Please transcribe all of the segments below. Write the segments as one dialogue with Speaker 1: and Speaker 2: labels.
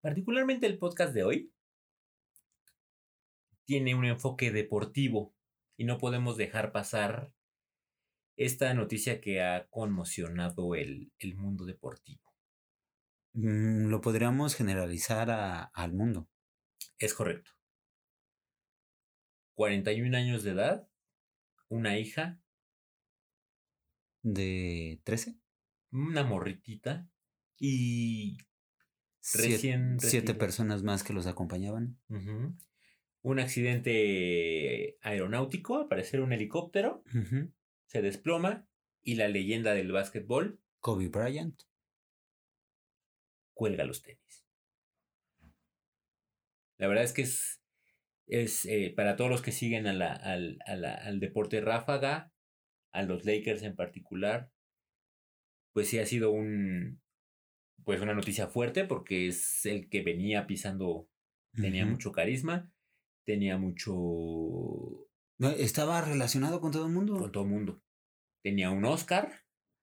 Speaker 1: Particularmente el podcast de hoy tiene un enfoque deportivo y no podemos dejar pasar esta noticia que ha conmocionado el, el mundo deportivo.
Speaker 2: Mm, lo podríamos generalizar a- al mundo.
Speaker 1: Es correcto. 41 años de edad, una hija,
Speaker 2: ¿De 13?
Speaker 1: una morritita y
Speaker 2: Siete-
Speaker 1: Recién
Speaker 2: siete
Speaker 1: retirado.
Speaker 2: personas más que los acompañaban.
Speaker 1: ujú, un accidente aeronáutico, al parecer un helicóptero,
Speaker 2: Ujú.
Speaker 1: se desploma y la leyenda del básquetbol
Speaker 2: Kobe Bryant.
Speaker 1: cuelga los tenis. La verdad es que es, es eh, para todos los que siguen a la- al, a la- al deporte ráfaga, a los Lakers en particular, pues sí ha sido un pues una noticia fuerte porque es el que venía pisando, tenía
Speaker 2: Ujú.
Speaker 1: mucho carisma, tenía mucho
Speaker 2: No, Estaba relacionado con todo el mundo.
Speaker 1: con todo el mundo. Tenía un Oscar,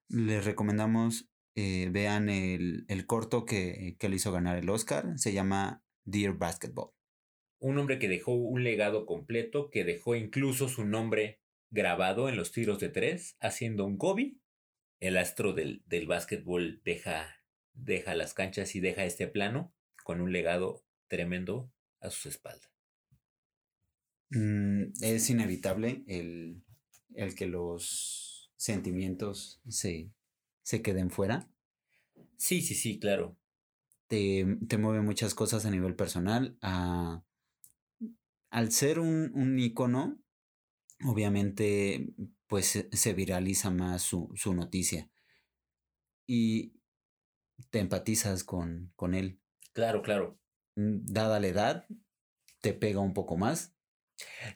Speaker 2: Les recomendamos, eh, vean el, el corto que, que le hizo ganar el Oscar. Se llama Dear Basketball.
Speaker 1: un hombre que dejó un legado completo, que dejó incluso su nombre grabado en los tiros de tres, haciendo un Kobe. El astro del, del básquetbol deja, deja las canchas y deja este plano con un legado tremendo a sus espaldas.
Speaker 2: Mm, es inevitable el, el que los sentimientos se, se queden fuera.
Speaker 1: Sí, sí, sí, claro.
Speaker 2: Te, mm, te mueve muchas cosas a nivel personal. a- al ser un, un ícono, obviamente, pues se, se viraliza más su, su noticia. Y te empatizas con, con él.
Speaker 1: Claro, claro.
Speaker 2: mm, dada la edad, te pega un poco más.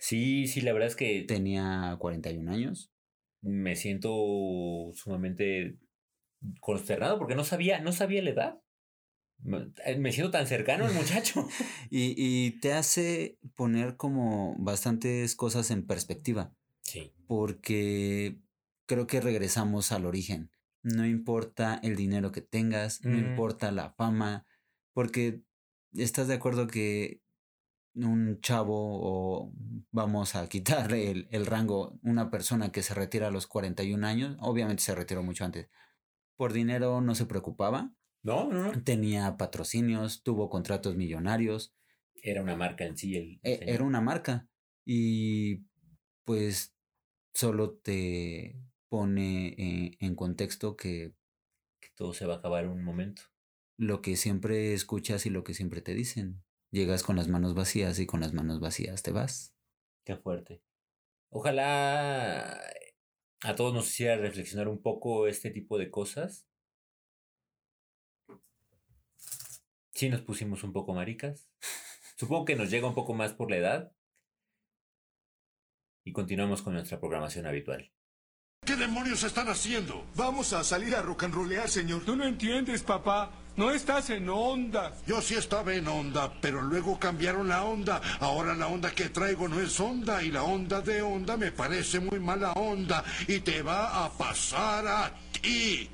Speaker 1: Sí, sí, la verdad es que
Speaker 2: Tenía 41 años.
Speaker 1: me siento sumamente consternado porque no sabía, no sabía la edad. Me eh, me siento tan cercano al muchacho.
Speaker 2: Y, y te hace poner como bastantes cosas en perspectiva,
Speaker 1: Sí,
Speaker 2: porque creo que regresamos al origen. No importa el dinero que tengas, no
Speaker 1: Ujú.
Speaker 2: importa la fama, porque estás de acuerdo que un chavo o vamos a quitarle el, el rango, una persona que se retira a los 41 años, obviamente se retiró mucho antes, por dinero no se preocupaba,
Speaker 1: No, no, no.
Speaker 2: tenía patrocinios, tuvo contratos millonarios,
Speaker 1: Era una marca en sí el.
Speaker 2: e- era una marca y pues solo te pone eh, en contexto que
Speaker 1: Que todo se va a acabar en un momento.
Speaker 2: lo que siempre escuchas y lo que siempre te dicen, llegas con las manos vacías y con las manos vacías te vas.
Speaker 1: Qué fuerte. Ojalá eh, a todos nos hiciera reflexionar un poco este tipo de cosas. Sí nos pusimos un poco maricas. Supongo que nos llega un poco más por la edad. Y continuamos con nuestra programación habitual.
Speaker 3: ¿Qué demonios están haciendo?
Speaker 4: Vamos a salir a rock and rollear, señor.
Speaker 5: Tú no entiendes, papá. No estás en onda.
Speaker 3: Yo sí estaba en onda, pero luego cambiaron la onda. Ahora la onda que traigo no es onda y la onda de onda me parece muy mala onda y te va a pasar a ti.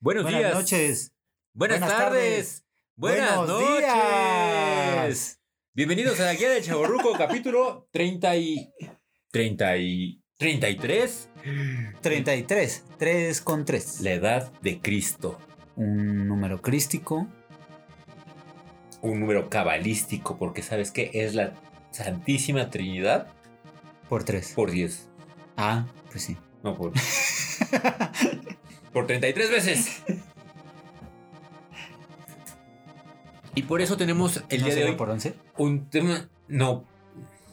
Speaker 1: Buenos
Speaker 2: noches.
Speaker 1: Buenas,
Speaker 2: Buenas
Speaker 1: tardes.
Speaker 2: tardes.
Speaker 1: Buenas
Speaker 2: Buenos
Speaker 1: noches.
Speaker 2: días.
Speaker 1: Bienvenidos a la guía del Chaborruco, capítulo 30 y. 30 y. 33.
Speaker 2: 33, 3 con 3.
Speaker 1: La edad de Cristo.
Speaker 2: Un número crístico.
Speaker 1: Un número cabalístico, porque sabes que es la Santísima Trinidad
Speaker 2: Por 3.
Speaker 1: por 10.
Speaker 2: Ah, pues sí.
Speaker 1: No, por. por 33 veces. Y por eso tenemos el
Speaker 2: ¿No
Speaker 1: día de
Speaker 2: será
Speaker 1: hoy
Speaker 2: por 11?
Speaker 1: un tema. No,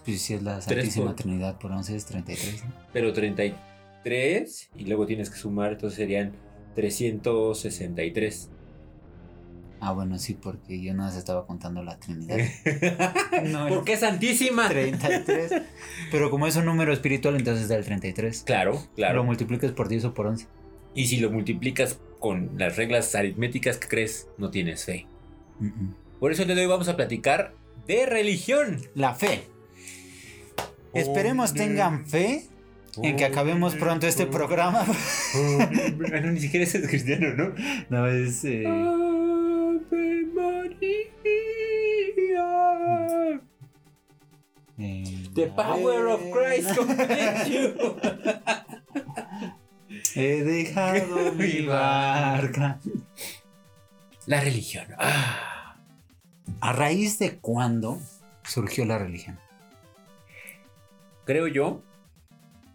Speaker 2: Pues si es la
Speaker 1: Tres
Speaker 2: Santísima
Speaker 1: por-
Speaker 2: Trinidad por 11 es 33. ¿no?
Speaker 1: pero 33 y luego tienes que sumar, entonces serían 363.
Speaker 2: Ah, bueno, sí, porque yo nada más estaba contando la Trinidad. No,
Speaker 1: ¿Por
Speaker 2: es
Speaker 1: qué santísima?
Speaker 2: 33. Pero como es un número espiritual, entonces da el 33.
Speaker 1: Claro,
Speaker 2: Lo
Speaker 1: claro.
Speaker 2: multiplicas por 10 o por 11.
Speaker 1: Y si lo multiplicas con las reglas aritméticas que crees, no tienes fe.
Speaker 2: Mm, mm.
Speaker 1: Por eso el día de hoy vamos a platicar de religión. Oh,
Speaker 2: La fe. Esperemos tengan fe En que acabemos pronto
Speaker 1: Oh.
Speaker 2: este programa.
Speaker 1: Bueno, oh, ni siquiera ese es cristiano, ¿no?
Speaker 2: No, es. eh,
Speaker 1: Ah. Ave María.
Speaker 2: eh,
Speaker 1: The power of Christ compels you.
Speaker 2: He dejado mi barca.
Speaker 1: La religión. Ah.
Speaker 2: ¿A raíz de cuándo surgió la religión?
Speaker 1: Creo yo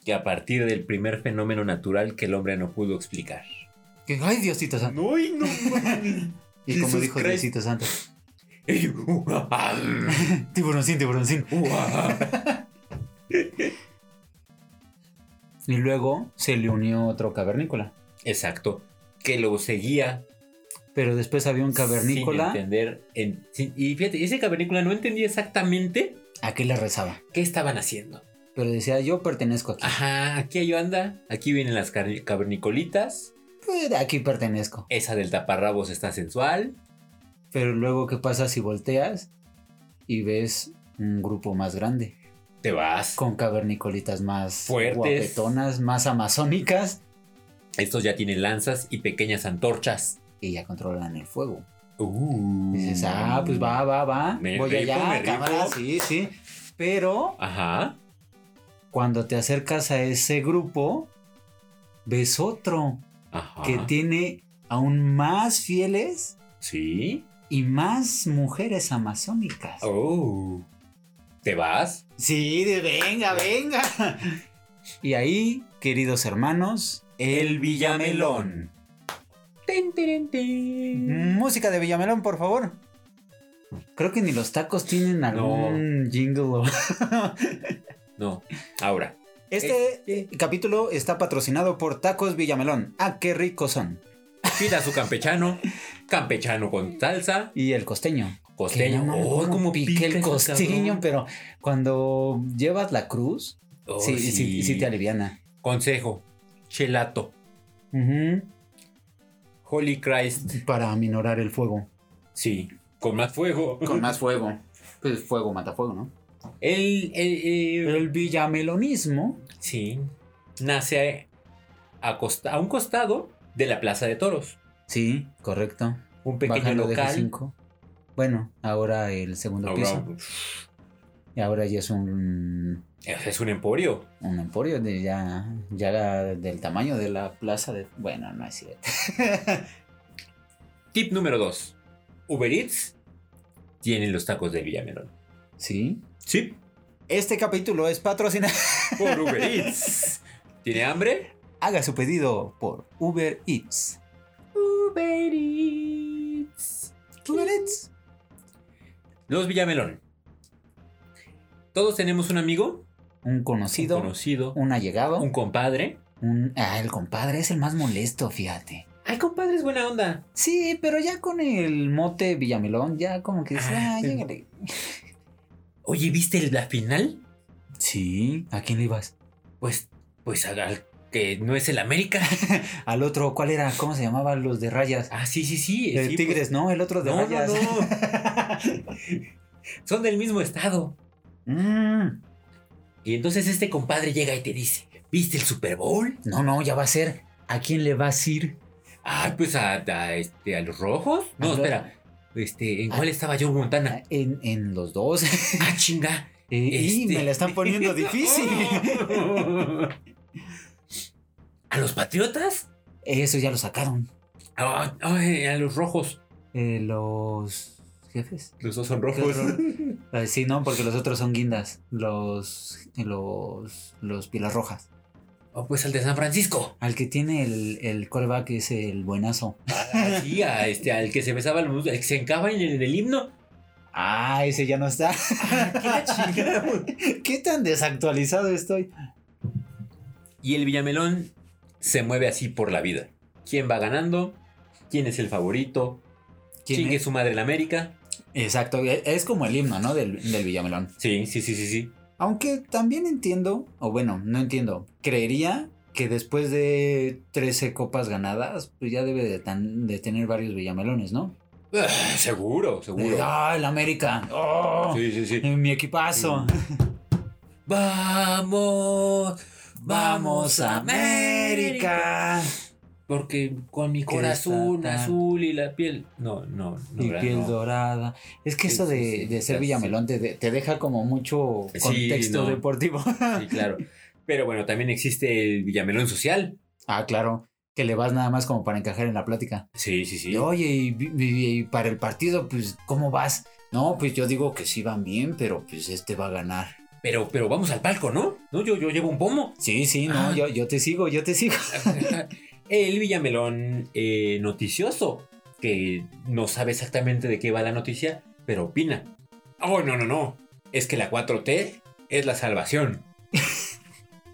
Speaker 1: que a partir del primer fenómeno natural que el hombre no pudo explicar.
Speaker 2: Que, ay, Diosito Santo.
Speaker 1: No, no,
Speaker 2: Y como
Speaker 1: Jesus
Speaker 2: dijo
Speaker 1: Christ.
Speaker 2: Diosito Santo, tiburoncín, tiburoncín. Y luego se le unió otro cavernícola.
Speaker 1: Exacto. Que lo seguía
Speaker 2: Pero después había un
Speaker 1: Sin
Speaker 2: cavernícola
Speaker 1: entender. en- sin- y fíjate, ese cavernícola no entendía exactamente
Speaker 2: a que le rezaba.
Speaker 1: qué estaban haciendo.
Speaker 2: Pero decía, yo pertenezco aquí.
Speaker 1: Ajá, aquí yo anda, aquí vienen las car- cavernicolitas,
Speaker 2: Pues, aquí pertenezco.
Speaker 1: esa del taparrabos está sensual.
Speaker 2: Pero luego, ¿qué pasa si volteas y ves un grupo más grande?
Speaker 1: Te vas.
Speaker 2: Con cavernicolitas más
Speaker 1: Fuertes.
Speaker 2: guapetonas, más amazónicas.
Speaker 1: Estos ya tienen lanzas y pequeñas antorchas.
Speaker 2: Y ya controlan el fuego.
Speaker 1: Uh.
Speaker 2: Dices, ah, pues va, va, va.
Speaker 1: Me
Speaker 2: Voy
Speaker 1: rifo,
Speaker 2: allá,
Speaker 1: me rifo.
Speaker 2: cámara, sí, sí. Pero
Speaker 1: Ajá.
Speaker 2: cuando te acercas a ese grupo, ves otro
Speaker 1: Ajá.
Speaker 2: que tiene aún más fieles
Speaker 1: Sí.
Speaker 2: y más mujeres amazónicas.
Speaker 1: Oh. Te vas.
Speaker 2: Sí, de venga, venga. Y ahí, queridos hermanos, el Villamelón.
Speaker 1: Ten, ten, ten.
Speaker 2: Música de Villamelón, por favor. Creo que ni los tacos tienen algún jingle. o-
Speaker 1: No. Ahora.
Speaker 2: Este capítulo está patrocinado por Tacos Villamelón. Ah, qué ricos son.
Speaker 1: Pida su campechano. Campechano con salsa.
Speaker 2: Y el costeño.
Speaker 1: Costeño.
Speaker 2: Que no me
Speaker 1: Oh,
Speaker 2: acuerdo
Speaker 1: como
Speaker 2: piqué
Speaker 1: pica
Speaker 2: el
Speaker 1: ese
Speaker 2: costeño,
Speaker 1: cabrón.
Speaker 2: pero cuando llevas la cruz,
Speaker 1: Oh,
Speaker 2: sí, sí. Sí, te aliviana.
Speaker 1: Consejo. Chelato.
Speaker 2: Ujú,
Speaker 1: Holy Christ.
Speaker 2: Para aminorar el fuego.
Speaker 1: Sí. Con más fuego.
Speaker 2: Con más fuego. Pues fuego mata fuego, ¿no?
Speaker 1: El, el- el-
Speaker 2: El villamelonismo
Speaker 1: Sí. Nace a, a costa- a un costado de la Plaza de Toros.
Speaker 2: Sí, correcto.
Speaker 1: Un pequeño
Speaker 2: Bajando de
Speaker 1: local.
Speaker 2: G5. Bueno, ahora el segundo
Speaker 1: Ahora,
Speaker 2: piso. Y ahora ya es un,
Speaker 1: es un emporio.
Speaker 2: un emporio de ya, ya la- del tamaño de la plaza de... Bueno, no es cierto.
Speaker 1: Tip número 2. Uber Eats tiene los tacos de Villamelón.
Speaker 2: Sí.
Speaker 1: Sí.
Speaker 2: Este capítulo es patrocinado.
Speaker 1: Por Uber Eats. ¿Tiene hambre?
Speaker 2: Haga su pedido por Uber Eats.
Speaker 1: Uber Eats.
Speaker 2: Uber Eats.
Speaker 1: Los Villamelón. Todos tenemos un amigo,
Speaker 2: Un
Speaker 1: un
Speaker 2: conocido, un,
Speaker 1: conocido,
Speaker 2: allegado,
Speaker 1: un
Speaker 2: un...
Speaker 1: compadre.
Speaker 2: Ah, el compadre es el más molesto, fíjate.
Speaker 1: Ay, compadre, es buena onda.
Speaker 2: Sí, pero ya con el mote Villamelón, ya como que dices,
Speaker 1: Ah,
Speaker 2: ah,
Speaker 1: pero-
Speaker 2: llégale".
Speaker 1: Oye, ¿viste el- la final?
Speaker 2: Sí, ¿a quién le ibas?
Speaker 1: Pues, pues al- al que no es el América.
Speaker 2: Al otro, ¿cuál era? ¿Cómo se llamaban los de rayas?
Speaker 1: Ah, sí, sí, sí.
Speaker 2: Eh,
Speaker 1: sí,
Speaker 2: tigres, ¿no? El otro
Speaker 1: pues-
Speaker 2: de
Speaker 1: no, no,
Speaker 2: rayas.
Speaker 1: no. Son del mismo estado.
Speaker 2: Mm,
Speaker 1: Y entonces este compadre llega y te dice, ¿viste el Super Bowl?
Speaker 2: no, no, ya va a ser. ¿A quién le vas a ir?
Speaker 1: Ay, pues a, a, este, a los rojos.
Speaker 2: A
Speaker 1: No,
Speaker 2: los-
Speaker 1: espera. Este, ¿en cuál estaba yo, Montana?
Speaker 2: ah, En, en los dos. Eh,
Speaker 1: Ah, chinga.
Speaker 2: Y
Speaker 1: Este. Oh.
Speaker 2: me la están poniendo difícil.
Speaker 1: ¿A los patriotas?
Speaker 2: Eso ya lo sacaron.
Speaker 1: Ah, ay, a los rojos.
Speaker 2: Eh, los jefes.
Speaker 1: Los dos son
Speaker 2: Eh, sí, no, porque los otros son guindas. Los. Los. Los pilas rojas.
Speaker 1: Oh, pues al de San Francisco.
Speaker 2: Al que tiene el, el coreback es el buenazo.
Speaker 1: Ah, sí, a este, al que se besaba, el, al que se encaba en el, en el himno.
Speaker 2: Ah, ese ya no está.
Speaker 1: Ah, chinga.
Speaker 2: ¿Qué tan desactualizado estoy?
Speaker 1: Y el Villamelón se mueve así por la vida. ¿Quién va ganando? ¿Quién es el favorito?
Speaker 2: ¿Quién
Speaker 1: ¿Quién
Speaker 2: es?
Speaker 1: es su madre en América?
Speaker 2: Exacto, e- es como el himno, ¿no? Del, del Villamelón.
Speaker 1: Sí, sí, sí, sí, sí.
Speaker 2: Aunque también entiendo, o bueno, no entiendo, creería que después de 13 copas ganadas, pues ya debe de, tan- de tener varios Villamelones, ¿no?
Speaker 1: Ah, Seguro,
Speaker 2: De,
Speaker 1: seguro.
Speaker 2: ¡Ah, el América! ¡Oh!
Speaker 1: Sí, sí, sí.
Speaker 2: Mi equipazo.
Speaker 1: ¡Vamos!
Speaker 2: ¡Vamos a América!
Speaker 1: Porque con mi
Speaker 2: Que
Speaker 1: corazón
Speaker 2: está tan-
Speaker 1: azul y la piel. No, no, no.
Speaker 2: Y
Speaker 1: ¿verdad?
Speaker 2: piel
Speaker 1: No.
Speaker 2: dorada. Es que
Speaker 1: Sí,
Speaker 2: eso
Speaker 1: sí,
Speaker 2: de,
Speaker 1: sí,
Speaker 2: de ser
Speaker 1: sí.
Speaker 2: Villamelón te, te deja como mucho
Speaker 1: Sí,
Speaker 2: contexto
Speaker 1: no.
Speaker 2: deportivo.
Speaker 1: Sí, claro. Pero bueno, también existe el Villamelón social.
Speaker 2: ah, claro. Que le vas nada más como para encajar en la plática.
Speaker 1: Sí, sí, sí.
Speaker 2: Y, Oye, y, vi- vi- y para el partido, pues, ¿cómo vas? No, pues yo digo que sí van bien, pero pues este va a ganar.
Speaker 1: Pero, pero vamos al palco, ¿no? No, yo, yo llevo un pomo.
Speaker 2: Sí, sí, no,
Speaker 1: Ah.
Speaker 2: yo, yo te sigo, yo te sigo.
Speaker 1: el Villamelón eh, noticioso, que no sabe exactamente de qué va la noticia, pero opina. Oh, no, no, no. Es que la 4T es la salvación.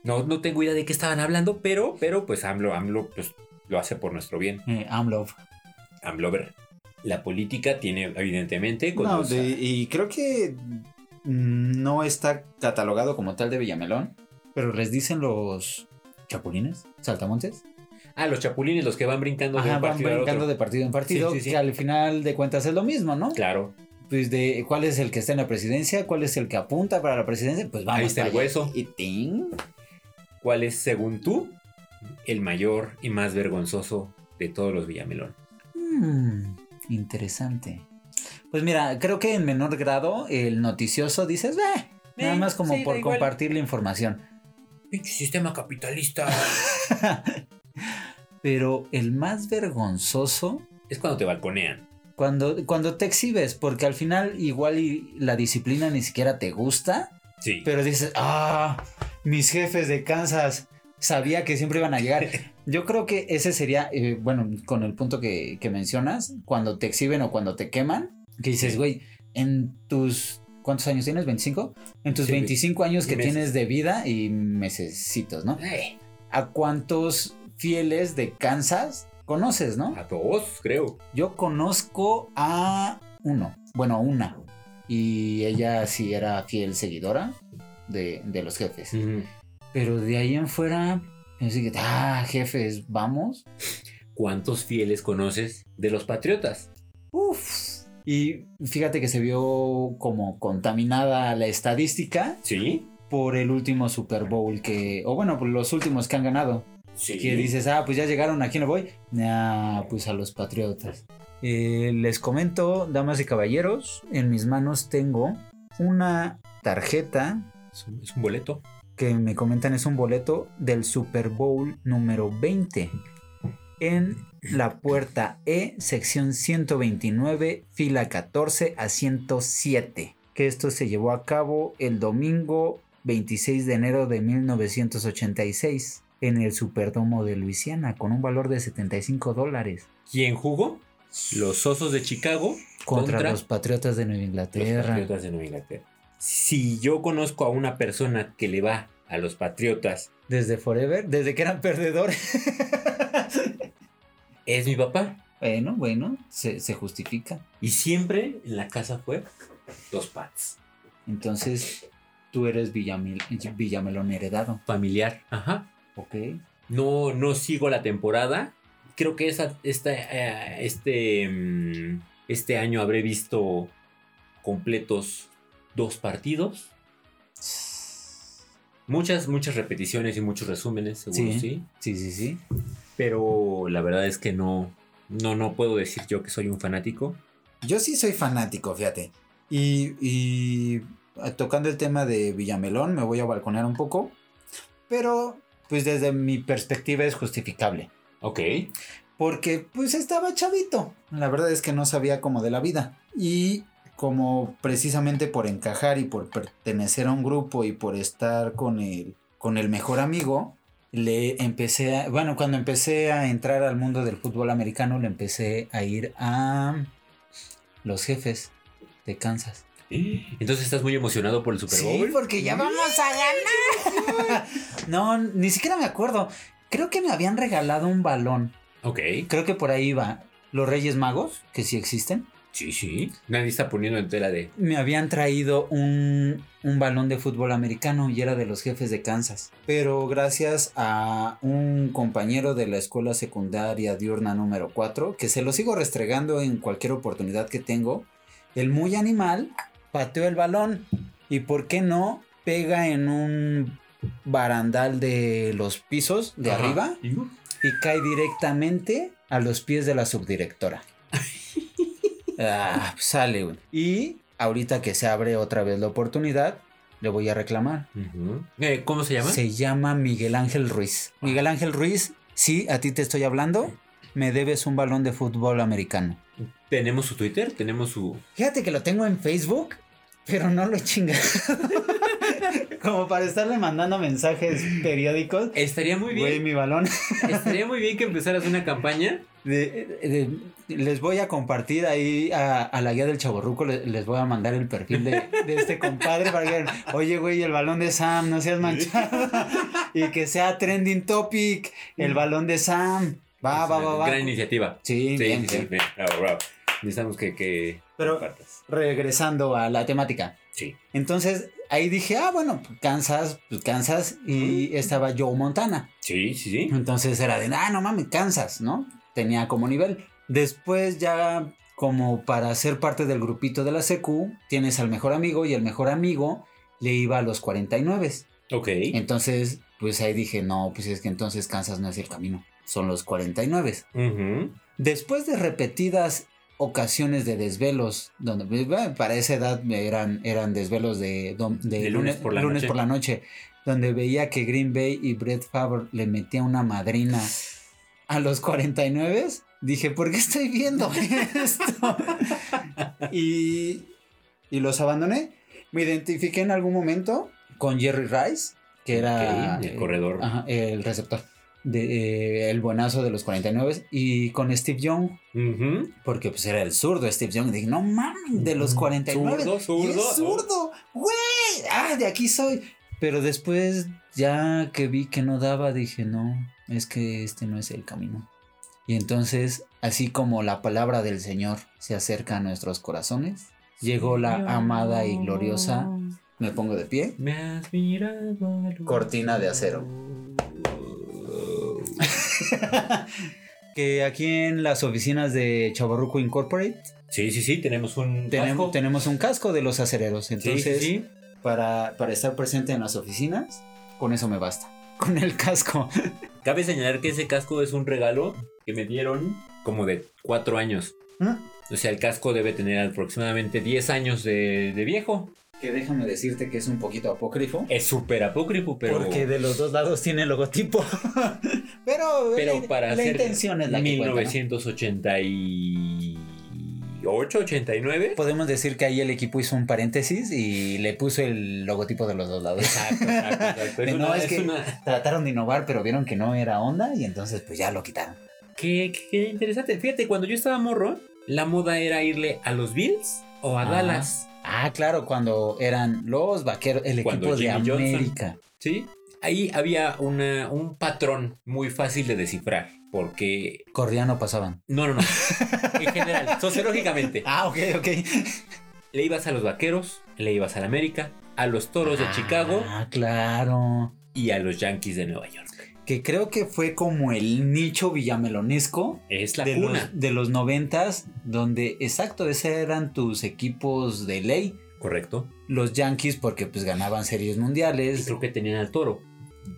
Speaker 1: no, no tengo idea de qué estaban hablando, pero, pero pues AMLO, AMLO pues, lo hace por nuestro bien.
Speaker 2: Eh, Amlov.
Speaker 1: AMLOver. La política tiene, evidentemente, con
Speaker 2: No,
Speaker 1: los-
Speaker 2: de- y creo que mm, no está catalogado como tal de Villamelón, pero les dicen los chapulines, saltamontes.
Speaker 1: Ah, los chapulines, los que van brincando de
Speaker 2: Ajá,
Speaker 1: un
Speaker 2: van
Speaker 1: partido al
Speaker 2: brincando
Speaker 1: otro.
Speaker 2: de partido en partido,
Speaker 1: Sí, sí, sí.
Speaker 2: que al final de cuentas es lo mismo, ¿no?
Speaker 1: Claro.
Speaker 2: Pues de cuál es el que está en la presidencia, cuál es el que apunta para la presidencia, pues vamos.
Speaker 1: Ahí está el
Speaker 2: para allá.
Speaker 1: hueso.
Speaker 2: Y ting.
Speaker 1: ¿Cuál es, según tú, el mayor y más vergonzoso de todos los Villamelón?
Speaker 2: Mm, interesante. Pues mira, creo que en menor grado el noticioso dices, "Bah", nada
Speaker 1: Eh,
Speaker 2: más como
Speaker 1: sí, da
Speaker 2: por
Speaker 1: igual.
Speaker 2: compartir la información.
Speaker 1: Pinche sistema capitalista.
Speaker 2: Pero el más vergonzoso
Speaker 1: es cuando te balconean.
Speaker 2: cuando, cuando te exhibes, porque al final igual y la disciplina ni siquiera te gusta,
Speaker 1: Sí.
Speaker 2: pero dices, ah, mis jefes de Kansas, sabía que siempre iban a llegar. Yo creo que ese sería, eh, bueno, con el punto que, que mencionas, cuando te exhiben o cuando te queman, que dices, güey, en tus... ¿Cuántos años tienes? ¿25? En tus
Speaker 1: Sí,
Speaker 2: 25 años
Speaker 1: y
Speaker 2: que
Speaker 1: meses.
Speaker 2: tienes de vida y mesecitos, ¿no?
Speaker 1: Eh,
Speaker 2: ¿A cuántos fieles de Kansas conoces, no?
Speaker 1: a todos, creo.
Speaker 2: Yo conozco a uno, bueno, a una. Y ella sí era fiel seguidora de, de los jefes.
Speaker 1: Mm.
Speaker 2: Pero de ahí en fuera, así que, ah, jefes, vamos.
Speaker 1: ¿Cuántos fieles conoces de los patriotas?
Speaker 2: Uf. Y fíjate que se vio como contaminada la estadística
Speaker 1: Sí.
Speaker 2: por el último Super Bowl que, o bueno, por los últimos que han ganado.
Speaker 1: Sí.
Speaker 2: Que dices, ah, pues ya llegaron, ¿a quién le voy? Ah, pues a los patriotas. Eh, les comento, damas y caballeros, en mis manos tengo una tarjeta
Speaker 1: Es un, es un boleto.
Speaker 2: que me comentan es un boleto del Super Bowl número 20 en la puerta E, sección 129, fila 14 a 107. Que esto se llevó a cabo el domingo 26 de enero de 1986 en el Superdomo de Luisiana con un valor de 75 dólares
Speaker 1: ¿Quién jugó? Los osos de Chicago
Speaker 2: contra,
Speaker 1: Contra
Speaker 2: los Patriotas de Nueva
Speaker 1: Los
Speaker 2: Inglaterra.
Speaker 1: Patriotas de Nueva Inglaterra. Si yo conozco a una persona que le va a los Patriotas,
Speaker 2: Desde Forever, desde que eran perdedores.
Speaker 1: es mi papá.
Speaker 2: bueno, bueno, se- se justifica.
Speaker 1: Y siempre en la casa fue los Pats.
Speaker 2: Entonces, tú eres Villamel- Villamelón heredado,
Speaker 1: Familiar. Ajá.
Speaker 2: ¿ok?
Speaker 1: No, no sigo la temporada. Creo que esa, esta, eh, este, mm, este año habré visto completos dos partidos. Muchas, muchas repeticiones y muchos resúmenes, seguro
Speaker 2: Sí.
Speaker 1: sí.
Speaker 2: Sí, sí, sí.
Speaker 1: Pero la verdad es que no, no, no puedo decir yo que soy un fanático.
Speaker 2: Yo sí soy fanático, fíjate. Y, y, eh, tocando el tema de Villamelón, me voy a balconear un poco, pero pues desde mi perspectiva es justificable.
Speaker 1: Ok.
Speaker 2: Porque pues estaba chavito. La verdad es que no sabía como de la vida. Y como precisamente por encajar y por pertenecer a un grupo y por estar con el, con el mejor amigo, le empecé a, bueno, cuando empecé a entrar al mundo del fútbol americano, le empecé a ir a los jefes de Kansas.
Speaker 1: Entonces estás muy emocionado por el Super
Speaker 2: Sí,
Speaker 1: Bowl.
Speaker 2: porque ya vamos a ganar. No, ni siquiera me acuerdo. Creo que me habían regalado un balón.
Speaker 1: Ok.
Speaker 2: Creo que por ahí va. Los Reyes Magos, que sí existen,
Speaker 1: Sí, sí. Nadie está poniendo en tela de.
Speaker 2: me habían traído un, un balón de fútbol americano y era de los jefes de Kansas. Pero gracias a un compañero de la escuela secundaria diurna número 4, que se lo sigo restregando en cualquier oportunidad que tengo, el muy animal pateó el balón y, ¿por qué no? Pega en un barandal de los pisos de
Speaker 1: Ajá.
Speaker 2: arriba
Speaker 1: Y, uh,
Speaker 2: y cae directamente a los pies de la subdirectora. Ah, pues sale, güey. Y ahorita que se abre otra vez la oportunidad, le voy a reclamar.
Speaker 1: ujú. Eh, ¿Cómo se llama? Ah.
Speaker 2: Se llama Miguel Ángel Ruiz. Miguel Ángel Ruiz, sí, a ti te estoy hablando. Me debes un balón de fútbol americano.
Speaker 1: Tenemos su Twitter, tenemos su.
Speaker 2: Fíjate que lo tengo en Facebook, pero no lo he chingado. Como para estarle mandando mensajes periódicos.
Speaker 1: Estaría muy
Speaker 2: Güey,
Speaker 1: bien.
Speaker 2: mi balón.
Speaker 1: Estaría muy bien que empezaras una campaña.
Speaker 2: De- de- les voy a compartir ahí a, a la guía del chaborruco, le- les, voy a mandar el perfil de, de este compadre para que, vean, oye, güey, el balón de Sam, no seas manchado. y que sea trending topic, el balón de Sam. Va,
Speaker 1: Es
Speaker 2: va,
Speaker 1: una
Speaker 2: va, va.
Speaker 1: Gran iniciativa.
Speaker 2: Sí, bien,
Speaker 1: sí,
Speaker 2: bien.
Speaker 1: bien, Bravo, bravo. Necesitamos que, que
Speaker 2: Pero-
Speaker 1: compartas.
Speaker 2: Regresando a la temática.
Speaker 1: Sí.
Speaker 2: Entonces, ahí dije, ah, bueno, Kansas, pues Kansas, y estaba Joe Montana.
Speaker 1: Sí, sí, sí.
Speaker 2: Entonces era de, ah, no mames, Kansas, ¿no? Tenía como nivel. Después ya como para ser parte del grupito de la CQ, tienes al mejor amigo y el mejor amigo le iba a los 49.
Speaker 1: Ok.
Speaker 2: Entonces, pues ahí dije, no, pues es que entonces Kansas no es el camino, son los 49.
Speaker 1: Ujú.
Speaker 2: Después de repetidas ocasiones de desvelos, donde pues, bueno, para esa edad eran, eran desvelos de, dom- de
Speaker 1: De lunes por la noche.
Speaker 2: por la noche, donde veía que Green Bay y Brett Favre le metía una madrina a los 49, dije, ¿por qué estoy viendo esto? y, y los abandoné. Me identifiqué en algún momento con Jerry Rice, que era
Speaker 1: Ok, el
Speaker 2: eh,
Speaker 1: corredor.
Speaker 2: ajá, el receptor. De, eh, el buenazo de los 49 y con Steve Young
Speaker 1: Ujú.
Speaker 2: porque pues era el zurdo Steve Young. Y dije, no mames, de los 49.
Speaker 1: Zurdo,
Speaker 2: y
Speaker 1: zurdo.
Speaker 2: es zurdo, güey. Ah, de aquí soy. Pero después, ya que vi que no daba, dije, no, es que este no es el camino. Y entonces, así como la palabra del Señor se acerca a nuestros corazones, llegó la amada y gloriosa, me pongo de pie,
Speaker 1: Me has mirado. al-
Speaker 2: cortina de acero. que aquí en las oficinas de Chaborruco Incorporate
Speaker 1: Sí, sí, sí, tenemos un.
Speaker 2: tenemos,
Speaker 1: casco.
Speaker 2: tenemos un casco de los acereros.
Speaker 1: Sí,
Speaker 2: Entonces,
Speaker 1: sí, sí.
Speaker 2: para, para estar presente en las oficinas, con eso me basta. Con el casco.
Speaker 1: Cabe señalar que ese casco es un regalo que me dieron como de cuatro años. O sea, el casco debe tener aproximadamente 10 años de, de viejo.
Speaker 2: Que déjame decirte que es un poquito apócrifo.
Speaker 1: Es súper apócrifo, pero.
Speaker 2: Porque de los dos lados tiene logotipo. pero eh,
Speaker 1: pero para
Speaker 2: la
Speaker 1: hacer
Speaker 2: intención es la que cuenta, ¿no?
Speaker 1: 1988, 89.
Speaker 2: Podemos decir que ahí el equipo hizo un paréntesis y le puso el logotipo de los dos lados.
Speaker 1: Exacto, exacto, exacto. Es
Speaker 2: Pues, No,
Speaker 1: una-
Speaker 2: es
Speaker 1: es
Speaker 2: que-
Speaker 1: una-
Speaker 2: Trataron de innovar, pero vieron que no era onda y entonces pues ya lo quitaron.
Speaker 1: Qué, qué interesante. Fíjate, cuando yo estaba morro, la moda era irle a los Bills o a
Speaker 2: Ah.
Speaker 1: Dallas.
Speaker 2: Ah, claro, cuando eran los vaqueros, el
Speaker 1: Cuando
Speaker 2: equipo de
Speaker 1: Jimmy Johnson.
Speaker 2: América.
Speaker 1: ¿Sí? Ahí había una, un patrón muy fácil de descifrar. Porque.
Speaker 2: Cordiano pasaban.
Speaker 1: No, no, no. En general, sociológicamente.
Speaker 2: Ah, ok, ok.
Speaker 1: Le ibas a los vaqueros, le ibas al América, a los toros de Chicago
Speaker 2: Ah, claro.
Speaker 1: y a los Yankees de Nueva York.
Speaker 2: Que creo que fue como el nicho villamelonesco
Speaker 1: Es la
Speaker 2: de
Speaker 1: cuna.
Speaker 2: los, de los noventas, donde, exacto, esos eran tus equipos de ley.
Speaker 1: Correcto.
Speaker 2: Los Yankees, porque pues ganaban series
Speaker 1: Y
Speaker 2: mundiales.
Speaker 1: creo que tenían al toro.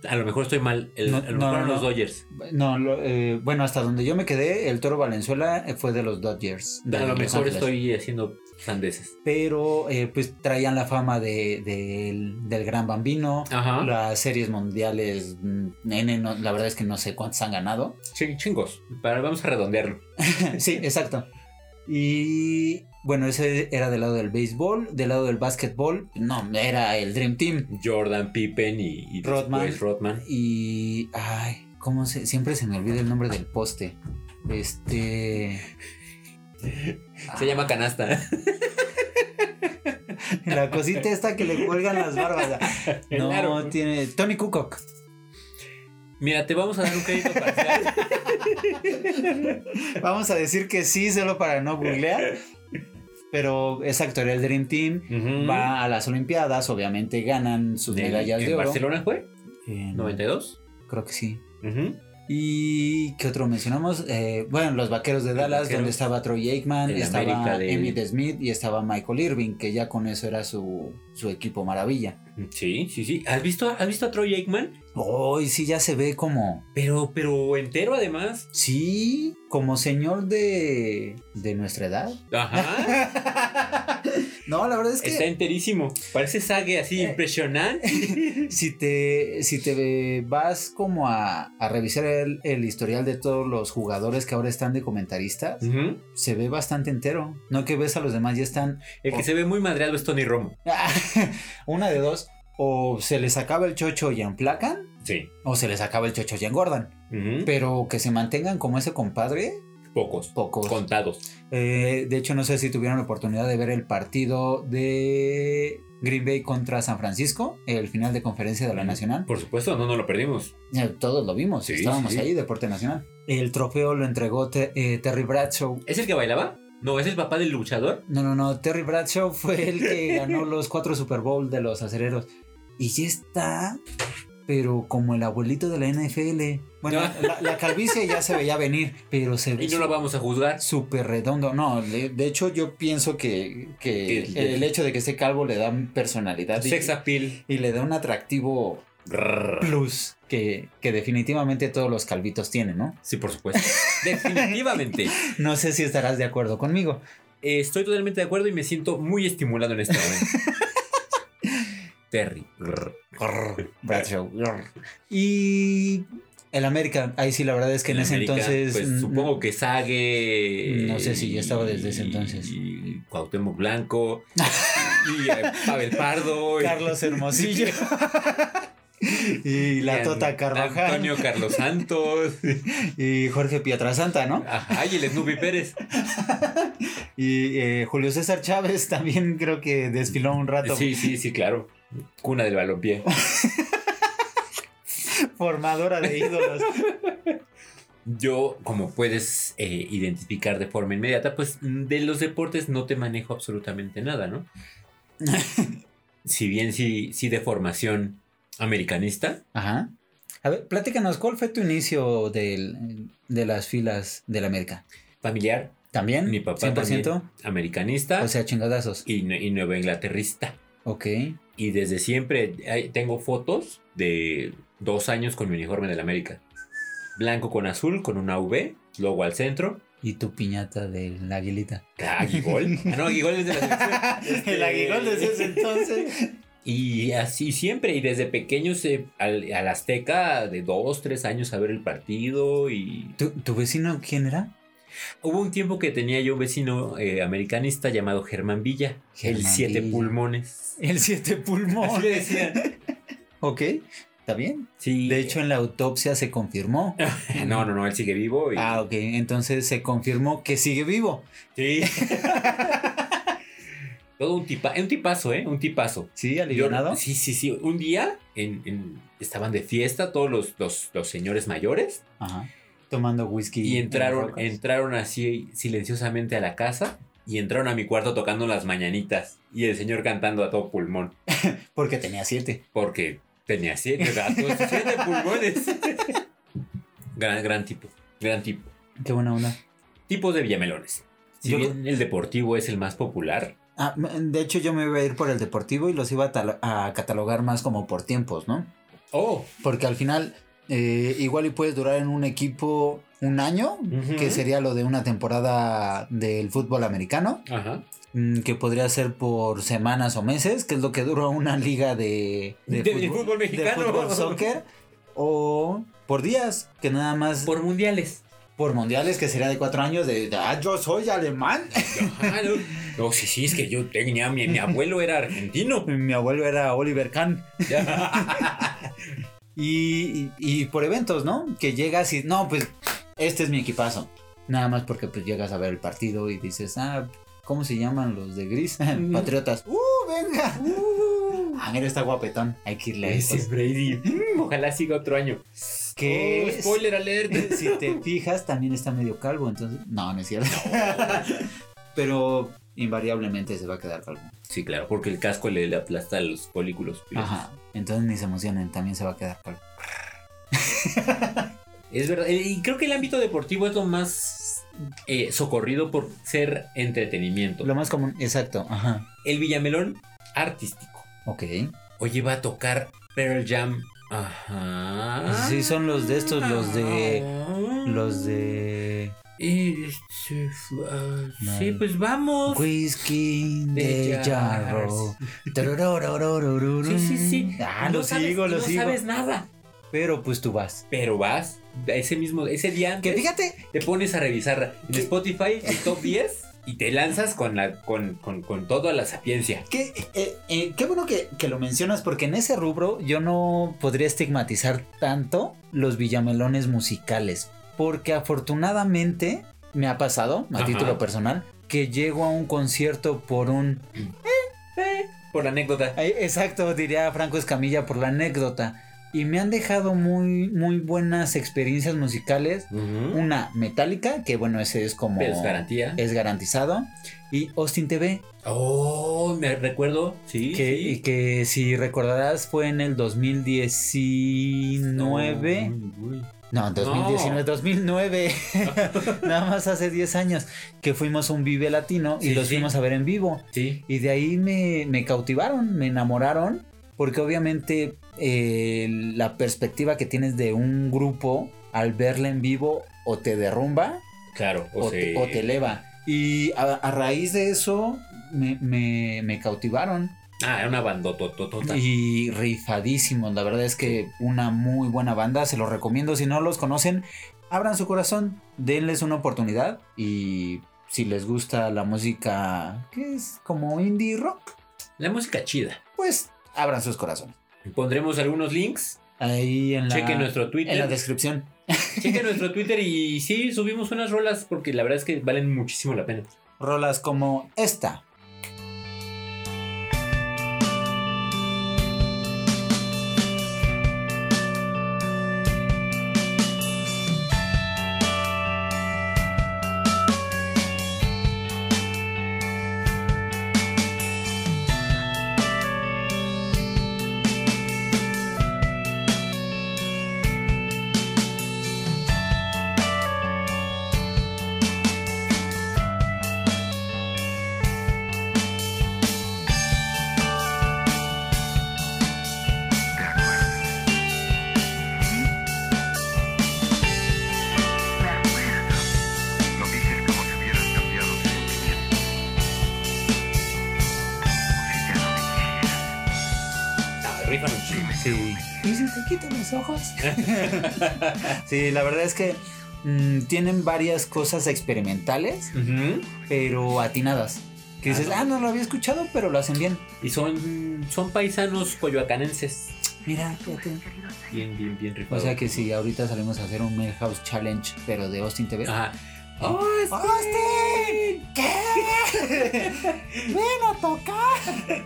Speaker 1: A lo mejor estoy mal. el-
Speaker 2: No,
Speaker 1: a lo
Speaker 2: no,
Speaker 1: mejor eran
Speaker 2: no.
Speaker 1: los Dodgers.
Speaker 2: No, lo- eh, bueno, hasta donde yo me quedé, el Toro Valenzuela eh, fue de los Dodgers. de
Speaker 1: A lo
Speaker 2: Los
Speaker 1: mejor
Speaker 2: Ángeles.
Speaker 1: estoy haciendo sandeces.
Speaker 2: Pero eh, pues traían la fama de, del- del Gran Bambino.
Speaker 1: Ajá.
Speaker 2: Las series mundiales, mm, N, no- la verdad es que no sé cuántas han ganado.
Speaker 1: Sí, chingos. Para- vamos a redondearlo.
Speaker 2: sí, exacto. Y bueno, ese era del lado del béisbol, del lado del básquetbol, no, era el Dream Team.
Speaker 1: Jordan, Pippen y, y
Speaker 2: Rodman.
Speaker 1: después Rodman.
Speaker 2: Y, ay, ¿cómo se? Siempre se me olvida el nombre del poste. Este...
Speaker 1: Se llama canasta.
Speaker 2: La cosita esta que le cuelgan las barbas. ah,
Speaker 1: El
Speaker 2: No,
Speaker 1: aro.
Speaker 2: tiene... Tony Kukoc.
Speaker 1: Mira, te vamos a dar un crédito parcial.
Speaker 2: Vamos a decir que sí, solo para no googlear. Pero exacto, era el Dream Team.
Speaker 1: Ujú.
Speaker 2: Va a las Olimpiadas, obviamente ganan sus
Speaker 1: De-
Speaker 2: medallas
Speaker 1: ¿En
Speaker 2: de oro.
Speaker 1: Barcelona fue?
Speaker 2: En-
Speaker 1: ¿92?
Speaker 2: Creo que sí.
Speaker 1: Ujú.
Speaker 2: ¿Y qué otro mencionamos? Eh, bueno, los Vaqueros de
Speaker 1: Los
Speaker 2: Dallas,
Speaker 1: Vaqueros.
Speaker 2: donde estaba Troy Aikman,
Speaker 1: El
Speaker 2: estaba
Speaker 1: América de-
Speaker 2: Emmitt Smith y estaba Michael Irving, que ya con eso era su, su equipo maravilla.
Speaker 1: Sí, sí, sí. ¿Has visto, has visto a Troy Aikman?
Speaker 2: Hoy sí ya se ve como,
Speaker 1: Pero, pero entero además.
Speaker 2: sí, como señor de, de nuestra edad.
Speaker 1: Ajá.
Speaker 2: No, la verdad es que...
Speaker 1: Está enterísimo. Parece Sage así impresionante.
Speaker 2: si te, si te vas como a, a revisar el, el historial de todos los jugadores que ahora están de comentaristas,
Speaker 1: Ujú.
Speaker 2: se ve bastante entero. No que ves a los demás ya están
Speaker 1: El que se ve muy madreado es Tony Romo.
Speaker 2: una de dos. O se les acaba el chocho y emplacan,
Speaker 1: Sí.
Speaker 2: o se les acaba el chocho y engordan.
Speaker 1: Ujú.
Speaker 2: Pero que se mantengan como ese compadre,
Speaker 1: Pocos.
Speaker 2: pocos.
Speaker 1: Contados.
Speaker 2: Eh, de hecho, no sé si tuvieron la oportunidad de ver el partido de Green Bay contra San Francisco, el final de conferencia de la Nacional.
Speaker 1: Por supuesto, no, no lo perdimos.
Speaker 2: Eh, Todos lo vimos,
Speaker 1: Sí,
Speaker 2: estábamos
Speaker 1: sí.
Speaker 2: ahí, Deporte Nacional. El trofeo lo entregó Te- eh, Terry Bradshaw.
Speaker 1: ¿Es el que bailaba? No, es el papá del luchador.
Speaker 2: No, no, no, Terry Bradshaw fue el que ganó los cuatro Super Bowl de los acereros. Y ya está, pero como el abuelito de la NFL. Bueno,
Speaker 1: No.
Speaker 2: la, la calvicie ya se veía venir, pero se
Speaker 1: Y
Speaker 2: ve
Speaker 1: no lo vamos a juzgar.
Speaker 2: súper redondo. No, le- de hecho yo pienso que, que
Speaker 1: Que- que-
Speaker 2: el hecho de que esté calvo le da personalidad y,
Speaker 1: Sex appeal.
Speaker 2: y le da un atractivo
Speaker 1: Grrr.
Speaker 2: plus que, que definitivamente todos los calvitos tienen, ¿no?
Speaker 1: Sí, por supuesto. Definitivamente.
Speaker 2: No sé si estarás de acuerdo conmigo.
Speaker 1: Eh, Estoy totalmente de acuerdo y me siento muy estimulado en este momento. Terry. Grrr.
Speaker 2: Bradshaw. y el América, ahí sí la verdad es que en, ese
Speaker 1: América,
Speaker 2: entonces
Speaker 1: pues,
Speaker 2: mm,
Speaker 1: supongo que Sage.
Speaker 2: No sé si ya estaba desde ese entonces.
Speaker 1: Y Cuauhtémoc Blanco. y eh, Pavel Pardo. y-
Speaker 2: Carlos Hermosillo y la
Speaker 1: y
Speaker 2: Tota
Speaker 1: An-
Speaker 2: Carvajal
Speaker 1: Antonio Carlos Santos.
Speaker 2: y Jorge Pietrasanta, ¿no?
Speaker 1: Ajá, y el Snoopy Pérez.
Speaker 2: Tota Y eh, Julio César Chávez también creo que desfiló un rato
Speaker 1: Sí, sí, sí, claro. Cuna del balompié.
Speaker 2: formadora de ídolos.
Speaker 1: Yo, como puedes eh, identificar de forma inmediata, pues de los deportes no te manejo absolutamente nada, ¿no? si bien sí, sí de formación americanista,
Speaker 2: Ajá. A ver, platícanos, ¿cuál fue tu inicio del- de las filas del América?
Speaker 1: familiar,
Speaker 2: ¿También?
Speaker 1: Mi papá
Speaker 2: 100%.
Speaker 1: americanista
Speaker 2: O sea, chingadazos.
Speaker 1: y, nue- y nueva inglaterrista.
Speaker 2: Ok.
Speaker 1: Y desde siempre hay- tengo fotos de dos años con mi uniforme del América. Blanco con azul, con una V, luego al centro.
Speaker 2: Y tu piñata de la aguilita.
Speaker 1: Aguigol. Ah, no, Aguigol es de la selección. Este-
Speaker 2: entonces.
Speaker 1: Y así siempre, y desde pequeños eh, al, al Azteca de dos, tres años a ver el partido. Y
Speaker 2: ¿Tu, tu vecino quién era?
Speaker 1: hubo un tiempo que tenía yo un vecino eh, americanista llamado Germán Villa, el
Speaker 2: Germán
Speaker 1: siete
Speaker 2: Villa.
Speaker 1: pulmones.
Speaker 2: El siete
Speaker 1: Así le
Speaker 2: pulmón.
Speaker 1: decían.
Speaker 2: Ok, está bien.
Speaker 1: Sí.
Speaker 2: De hecho, en la autopsia se confirmó.
Speaker 1: no, no, no, él sigue vivo. Y,
Speaker 2: Ah, ok. Entonces se confirmó que sigue vivo.
Speaker 1: Sí. Todo un tipa, un tipazo, ¿eh? Un tipazo.
Speaker 2: ¿Sí?
Speaker 1: Yo-
Speaker 2: ¿Alivianado?
Speaker 1: sí, sí, sí. Un día en- en- estaban de fiesta todos los, los, los señores mayores
Speaker 2: Ajá. Tomando whisky.
Speaker 1: y
Speaker 2: en
Speaker 1: entraron,
Speaker 2: rocas.
Speaker 1: entraron así silenciosamente a la casa y entraron a mi cuarto tocando las mañanitas y el señor cantando a todo pulmón
Speaker 2: Porque tenía siete.
Speaker 1: porque tenía siete gatos, siete pulmones. gran, gran tipo, gran tipo.
Speaker 2: Qué buena onda.
Speaker 1: Tipos de villamelones. Si
Speaker 2: Yo-
Speaker 1: bien el deportivo es el más popular,
Speaker 2: Ah, de hecho, yo me iba a ir por el deportivo y los iba a, tal- a catalogar más como por tiempos, ¿no?
Speaker 1: oh,
Speaker 2: Porque al final, eh, igual y puedes durar en un equipo un año,
Speaker 1: Ujú.
Speaker 2: que sería lo de una temporada del fútbol americano,
Speaker 1: ajá.
Speaker 2: mm, que podría ser por semanas o meses, que es lo que dura una liga de,
Speaker 1: De- de fútbol
Speaker 2: de
Speaker 1: mexicano.
Speaker 2: fútbol soccer, o por días, que nada más por,
Speaker 1: Por mundiales.
Speaker 2: mundiales, que sería de cuatro años, de, de, ah, yo soy alemán.
Speaker 1: Ajá, no. No, sí, sí, es que yo tenía, mi, mi abuelo era argentino.
Speaker 2: Mi abuelo era Oliver Kahn. Y, y- y por eventos, ¿no? Que llegas y, no, pues, este es mi equipazo. Nada más porque pues llegas a ver el partido y dices, ah, ¿cómo se llaman los de gris? Patriotas. ¡Uh, venga! Ah, mira, está guapetón. Hay que irle a
Speaker 1: Ese
Speaker 2: estos.
Speaker 1: es Brady. Mm, Ojalá siga otro año.
Speaker 2: ¿Qué
Speaker 1: Oh,
Speaker 2: es?
Speaker 1: spoiler alert.
Speaker 2: Si te fijas, también está medio calvo, entonces... No, no es cierto. Pero invariablemente se va a quedar calvo.
Speaker 1: Sí, claro, porque el casco le, le aplasta los folículos.
Speaker 2: Ajá. Entonces ni se emocionen, también se va a quedar calvo.
Speaker 1: Es verdad. eh, Y creo que el ámbito deportivo es lo más eh, socorrido por ser entretenimiento.
Speaker 2: Lo más común, exacto, ajá.
Speaker 1: El Villamelón artístico.
Speaker 2: Ok.
Speaker 1: Oye, va a tocar Pearl Jam. Ajá.
Speaker 2: Sí, son los de estos, los de. Los de.
Speaker 1: Este, ah, sí,
Speaker 2: Vale.
Speaker 1: pues vamos.
Speaker 2: Whisky
Speaker 1: De
Speaker 2: de jarro.
Speaker 1: Sí, sí, sí.
Speaker 2: Ah,
Speaker 1: Y no
Speaker 2: lo
Speaker 1: sabes-
Speaker 2: sigo,
Speaker 1: y
Speaker 2: lo
Speaker 1: no
Speaker 2: sigo.
Speaker 1: sabes nada.
Speaker 2: Pero pues tú vas.
Speaker 1: Pero vas a ese mismo, ese día
Speaker 2: Que
Speaker 1: antes,
Speaker 2: fíjate.
Speaker 1: te pones a revisar en Spotify el top 10 y te lanzas con la, con, con, con toda la sapiencia.
Speaker 2: Que, eh, eh, qué bueno que, que lo mencionas, porque en ese rubro yo no podría estigmatizar tanto los villamelones musicales. Porque afortunadamente me ha pasado, a
Speaker 1: Ajá.
Speaker 2: título personal, que llego a un concierto por un
Speaker 1: Eh, por anécdota.
Speaker 2: Eh, Exacto, diría Franco Escamilla por la anécdota. Y me han dejado muy, muy buenas experiencias musicales.
Speaker 1: Ujú.
Speaker 2: Una metálica, que bueno, ese es como.
Speaker 1: Pero es garantía.
Speaker 2: es garantizado. Y Austin TV,
Speaker 1: Oh, me recuerdo. Sí,
Speaker 2: que,
Speaker 1: sí.
Speaker 2: y que si recordarás fue en el 2019.
Speaker 1: Uy, uy.
Speaker 2: No, 2019, 2009. Nada más hace 10 años que fuimos a un Vive Latino y
Speaker 1: Sí,
Speaker 2: los
Speaker 1: sí.
Speaker 2: fuimos a ver en vivo.
Speaker 1: Sí.
Speaker 2: Y de ahí me, me cautivaron, me enamoraron, porque obviamente eh, la perspectiva que tienes de un grupo al verla en vivo o te derrumba
Speaker 1: Claro.
Speaker 2: o,
Speaker 1: O,
Speaker 2: te,
Speaker 1: se-
Speaker 2: o te eleva. Y a, a raíz de eso me, me- me cautivaron
Speaker 1: Ah, era una bandototota.
Speaker 2: y rifadísimos. La verdad es que una muy buena banda, se los recomiendo. Si no los conocen, abran su corazón, denles una oportunidad y si les gusta la música que es como indie rock
Speaker 1: La música chida.
Speaker 2: pues abran sus corazones.
Speaker 1: Pondremos algunos links.
Speaker 2: Ahí en la,
Speaker 1: Chequen nuestro Twitter.
Speaker 2: en la descripción.
Speaker 1: Chequen nuestro Twitter y sí, subimos unas rolas porque la verdad es que valen muchísimo la pena.
Speaker 2: Rolas como esta.
Speaker 6: Lo dices como si hubieras cambiado de sentimiento. O si ya no me quisieras.
Speaker 1: Ah, rifan un chingo.
Speaker 2: Sí. ¿Y si te quitan los ojos? sí, la verdad es que mm, tienen varias cosas experimentales,
Speaker 1: Ujú.
Speaker 2: pero atinadas. Que dices, ah, no lo había escuchado, pero lo hacen bien.
Speaker 1: Y son, son paisanos coyoacanenses.
Speaker 2: Mira, fíjate.
Speaker 1: Bien, bien, bien
Speaker 2: O
Speaker 1: rifados.
Speaker 2: sea que si ahorita salimos a hacer un Mail House Challenge, pero de Austin TV.
Speaker 1: Ajá. Ah,
Speaker 2: ¡Oh, ¡Austin! ¿Qué? ¡Ven a tocar!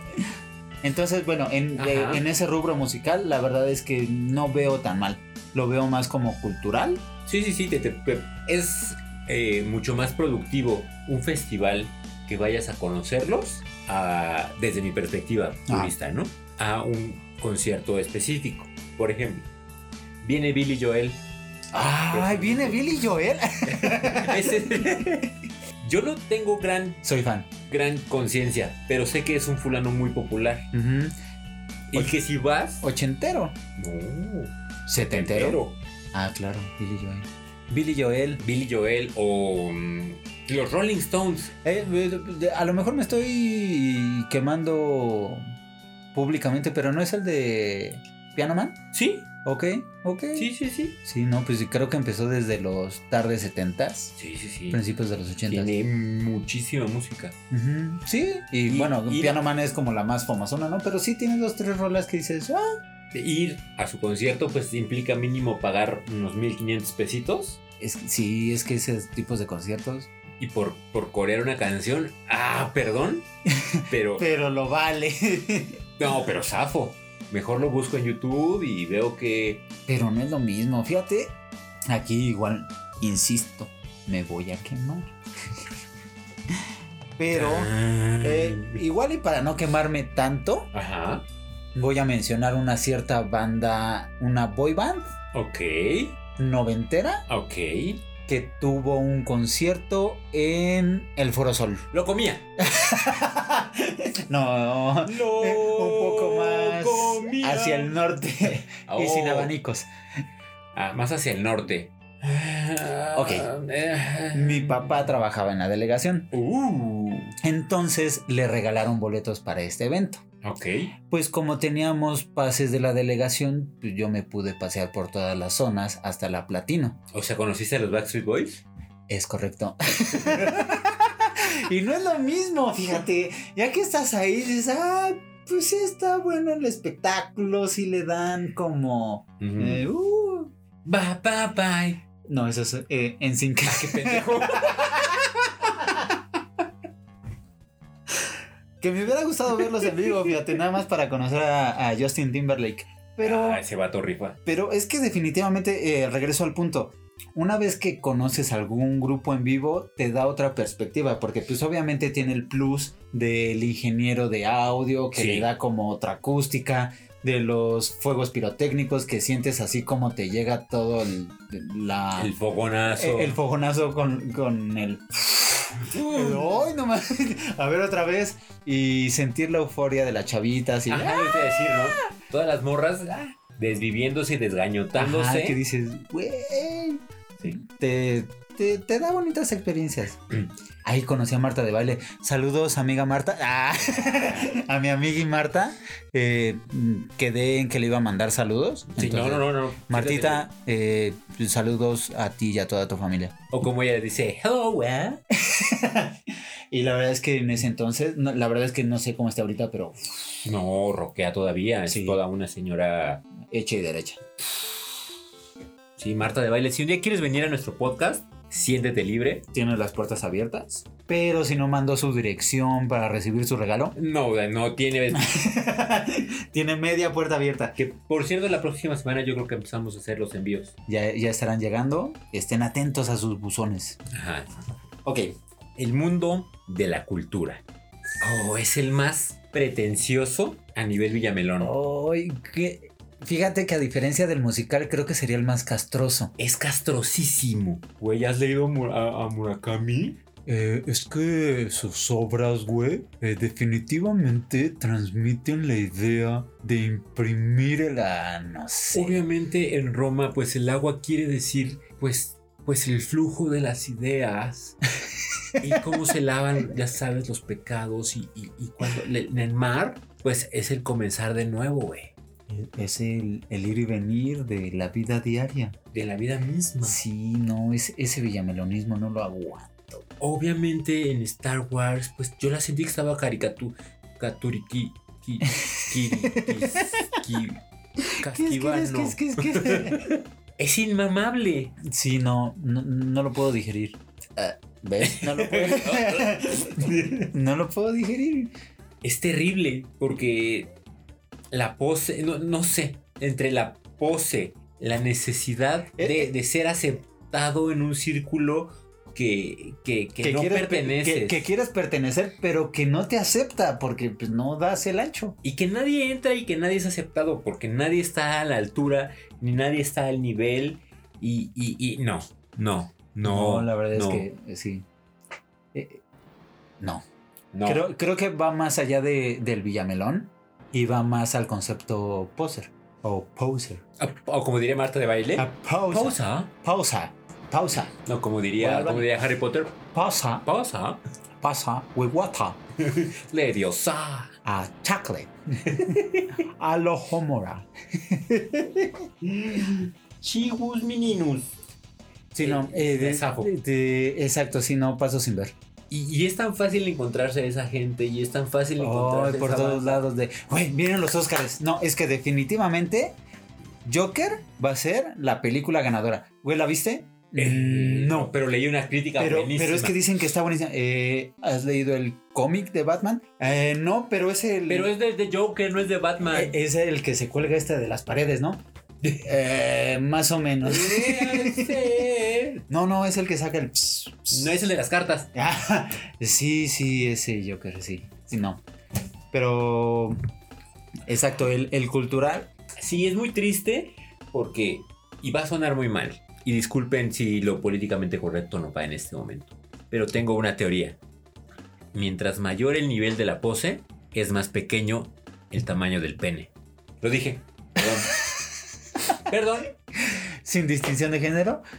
Speaker 2: Entonces, bueno, en,
Speaker 1: Ajá.
Speaker 2: eh, en ese rubro musical, la verdad es que no veo tan mal. Lo veo más como cultural.
Speaker 1: Sí, sí, sí, te- te- te- es eh, mucho más productivo un festival que vayas a conocerlos a- desde mi perspectiva
Speaker 2: Ah.
Speaker 1: turista, ¿no? A un concierto específico. Por ejemplo, viene Billy Joel.
Speaker 2: ¡Ay, viene Billy Joel!
Speaker 1: Ese- yo no tengo gran,
Speaker 2: Soy fan.
Speaker 1: gran conciencia, pero sé que es un fulano muy popular.
Speaker 2: Ujú.
Speaker 1: Y que si vas...
Speaker 2: Ochentero.
Speaker 1: No,
Speaker 2: Setentero.
Speaker 1: entero.
Speaker 2: Ah, claro, Billy Joel. Billy Joel.
Speaker 1: Billy Joel o mm, los Rolling Stones.
Speaker 2: Eh, eh, a lo mejor me estoy quemando públicamente, pero no es el de Piano Man.
Speaker 1: Sí,
Speaker 2: Ok, ok.
Speaker 1: sí, sí, sí.
Speaker 2: Sí, no, pues creo que empezó desde los tardes 70
Speaker 1: Sí, sí, sí.
Speaker 2: principios de los 80
Speaker 1: Tiene muchísima música.
Speaker 2: Sí, y,
Speaker 1: Y-
Speaker 2: bueno,
Speaker 1: y-
Speaker 2: Piano Man es como la más famosona, ¿no? Pero sí tiene dos, tres rolas que dices, ah,
Speaker 1: Ir a su concierto pues implica mínimo pagar unos 1500 pesitos
Speaker 2: es que- sí, es que esos tipos de conciertos.
Speaker 1: y por, por corear una canción, ah, perdón, pero
Speaker 2: Pero lo vale.
Speaker 1: no, pero zafo. Mejor lo busco en YouTube y veo que
Speaker 2: Pero no es lo mismo, fíjate. Aquí igual, insisto, me voy a quemar. Pero,
Speaker 1: Ah.
Speaker 2: eh, igual y para no quemarme tanto,
Speaker 1: Ajá.
Speaker 2: voy a mencionar una cierta banda, una boy band
Speaker 1: Ok.
Speaker 2: noventera
Speaker 1: Ok.
Speaker 2: que tuvo un concierto en el Foro Sol.
Speaker 1: Lo comía.
Speaker 2: no,
Speaker 1: Lo
Speaker 2: Eh, un poco más
Speaker 1: comía.
Speaker 2: hacia el norte y
Speaker 1: Oh.
Speaker 2: sin abanicos.
Speaker 1: Ah, más hacia el norte. Ah, eh.
Speaker 2: Ok. Mi papá trabajaba en la delegación,
Speaker 1: Uh,
Speaker 2: entonces le regalaron boletos para este evento.
Speaker 1: ok.
Speaker 2: Pues como teníamos pases de la delegación, pues yo me pude pasear por todas las zonas hasta la Platino.
Speaker 1: O sea, ¿conociste a los Backstreet Boys?
Speaker 2: Es correcto. y no es lo mismo, fíjate. Ya que estás ahí, dices, ah, pues sí está bueno el espectáculo, si le dan como.
Speaker 1: Mm.
Speaker 2: eh, uh".
Speaker 1: Bye, bye, bye.
Speaker 2: No, eso es eh, en sin
Speaker 1: Qué pendejo.
Speaker 2: Que me hubiera gustado verlos en vivo, fíjate, nada más para conocer a, a Justin Timberlake. Pero.
Speaker 1: Ah, ese vato rifa.
Speaker 2: Pero es que definitivamente, eh, regreso al punto, una vez que conoces algún grupo en vivo, te da otra perspectiva, porque pues obviamente tiene el plus del ingeniero de audio, que
Speaker 1: Sí.
Speaker 2: le da como otra acústica, de los fuegos pirotécnicos, que sientes así como te llega todo el, la-
Speaker 1: Ah. El fogonazo.
Speaker 2: el- el fogonazo con, con el... el, "Ay, no mames", A ver otra vez y sentir la euforia de la chavita, así...
Speaker 1: Ajá, yo te iba a decir, ¿no? Todas las morras ah, desviviéndose y desgañotándose.
Speaker 2: Ajá, "Ah", que dices, güey.
Speaker 1: Sí.
Speaker 2: Te, te, te da bonitas experiencias. Ahí conocí a Marta de baile. Saludos, amiga Marta. Ah, a mi amiga y Marta. Eh, mm, quedé en que le iba a mandar saludos.
Speaker 1: Sí, no,
Speaker 2: Entonces,
Speaker 1: no, no, no.
Speaker 2: Martita, eh, saludos a ti y a toda tu familia.
Speaker 1: O como ella dice, hello, eh.
Speaker 2: Y la verdad es que en ese entonces, no, la verdad es que no sé cómo está ahorita, pero
Speaker 1: No, roquea todavía. Es
Speaker 2: Sí.
Speaker 1: toda una señora.
Speaker 2: hecha y derecha.
Speaker 1: Sí, Marta de baile. Si un día quieres venir a nuestro podcast, siéntete libre.
Speaker 2: Tiene las puertas abiertas. Pero si no mandó su dirección para recibir su regalo,
Speaker 1: No, no tiene.
Speaker 2: tiene media puerta abierta.
Speaker 1: que por cierto, la próxima semana yo creo que empezamos a hacer los envíos.
Speaker 2: Ya, ya estarán llegando. Estén atentos a sus buzones.
Speaker 1: Ajá.
Speaker 2: Ok.
Speaker 1: El mundo de la cultura. Oh, es el más pretencioso a nivel Villamelón.
Speaker 2: Fíjate que a diferencia del musical, creo que sería el más castroso.
Speaker 1: Es castrosísimo. Güey, ¿has leído Mu- a, a Murakami?
Speaker 2: Eh, es que sus obras, güey, eh, definitivamente transmiten la idea de imprimir la. Ah, No sé.
Speaker 1: Obviamente en Roma, pues el agua quiere decir, pues, pues el flujo de las ideas y cómo se lavan, ya sabes, los pecados y, y- y cuando le- en el mar, pues es el comenzar de nuevo, güey,
Speaker 2: Es el, el ir y venir de la vida diaria.
Speaker 1: de la vida misma.
Speaker 2: Sí, no, es, ese villamelonismo no lo aguanto.
Speaker 1: Obviamente en Star Wars, pues yo la sentí que estaba caricatu, caturiqui, qui- quiriquis, qui- casquivano. Es inmamable.
Speaker 2: Sí, no, no, no lo puedo digerir. Ah, ¿Ves? No lo puedo. no lo puedo digerir.
Speaker 1: es terrible porque la pose, no, no sé, entre la pose, la necesidad
Speaker 2: Eh,
Speaker 1: de, de ser aceptado en un círculo que, que, que no
Speaker 2: quieres-
Speaker 1: perteneces
Speaker 2: Que, que quieres pertenecer, pero que no te acepta porque pues, no das el ancho.
Speaker 1: y que nadie entra y que nadie es aceptado porque nadie está a la altura ni nadie está al nivel y, y- y no, no, no.
Speaker 2: la verdad
Speaker 1: no,
Speaker 2: es que eh, sí. Eh, eh, no.
Speaker 1: no.
Speaker 2: Creo, creo que va más allá de, del Villamelón y va más al concepto poser. O poser.
Speaker 1: Ah, O, o como diría Marta de baile,
Speaker 2: A pausa. Pausa.
Speaker 1: Eh, pausa.
Speaker 2: Pausa. Pausa.
Speaker 1: No, como
Speaker 2: Voy
Speaker 1: diría,
Speaker 2: al
Speaker 1: como
Speaker 2: baño.
Speaker 1: diría Harry Potter,
Speaker 2: Pausa.
Speaker 1: pausa.
Speaker 2: Pausa. Huehuata.
Speaker 1: Le dio sa.
Speaker 2: a Chacle, a lo Homora.
Speaker 1: Chigus mininus.
Speaker 2: Sí, no,
Speaker 1: Eh,
Speaker 2: eh, de-
Speaker 1: desafo.
Speaker 2: de- exacto, sí, no, paso sin ver.
Speaker 1: Y, y es tan fácil encontrarse a esa gente y es tan fácil
Speaker 2: Ay,
Speaker 1: encontrarse
Speaker 2: por
Speaker 1: esa
Speaker 2: todos
Speaker 1: banda.
Speaker 2: lados de, güey, miren los Oscars. No, es que definitivamente Joker va a ser la película ganadora. Güey, ¿la viste?
Speaker 1: Eh,
Speaker 2: no,
Speaker 1: no, pero leí una crítica
Speaker 2: pero,
Speaker 1: buenísima.
Speaker 2: pero es que dicen que está buenísima. Eh, ¿Has leído el cómic de Batman? Eh, no, pero es el...
Speaker 1: Pero es de, de Joker, no es de Batman.
Speaker 2: eh, es el que se cuelga este de las paredes, ¿no? Eh, más o menos. No, no, es el que saca el... pss, pss.
Speaker 1: Eh, no es el de las cartas.
Speaker 2: Ah, sí, sí, ese Joker, sí. Sí, no. Pero. Exacto, el, el cultural.
Speaker 1: Sí, es muy triste porque. Y va a sonar muy mal. Y disculpen si lo políticamente correcto no va en este momento. Pero tengo una teoría. Mientras mayor el nivel de la pose, es más pequeño el tamaño del pene. Lo dije. Perdón. Perdón.
Speaker 2: Sin distinción de género.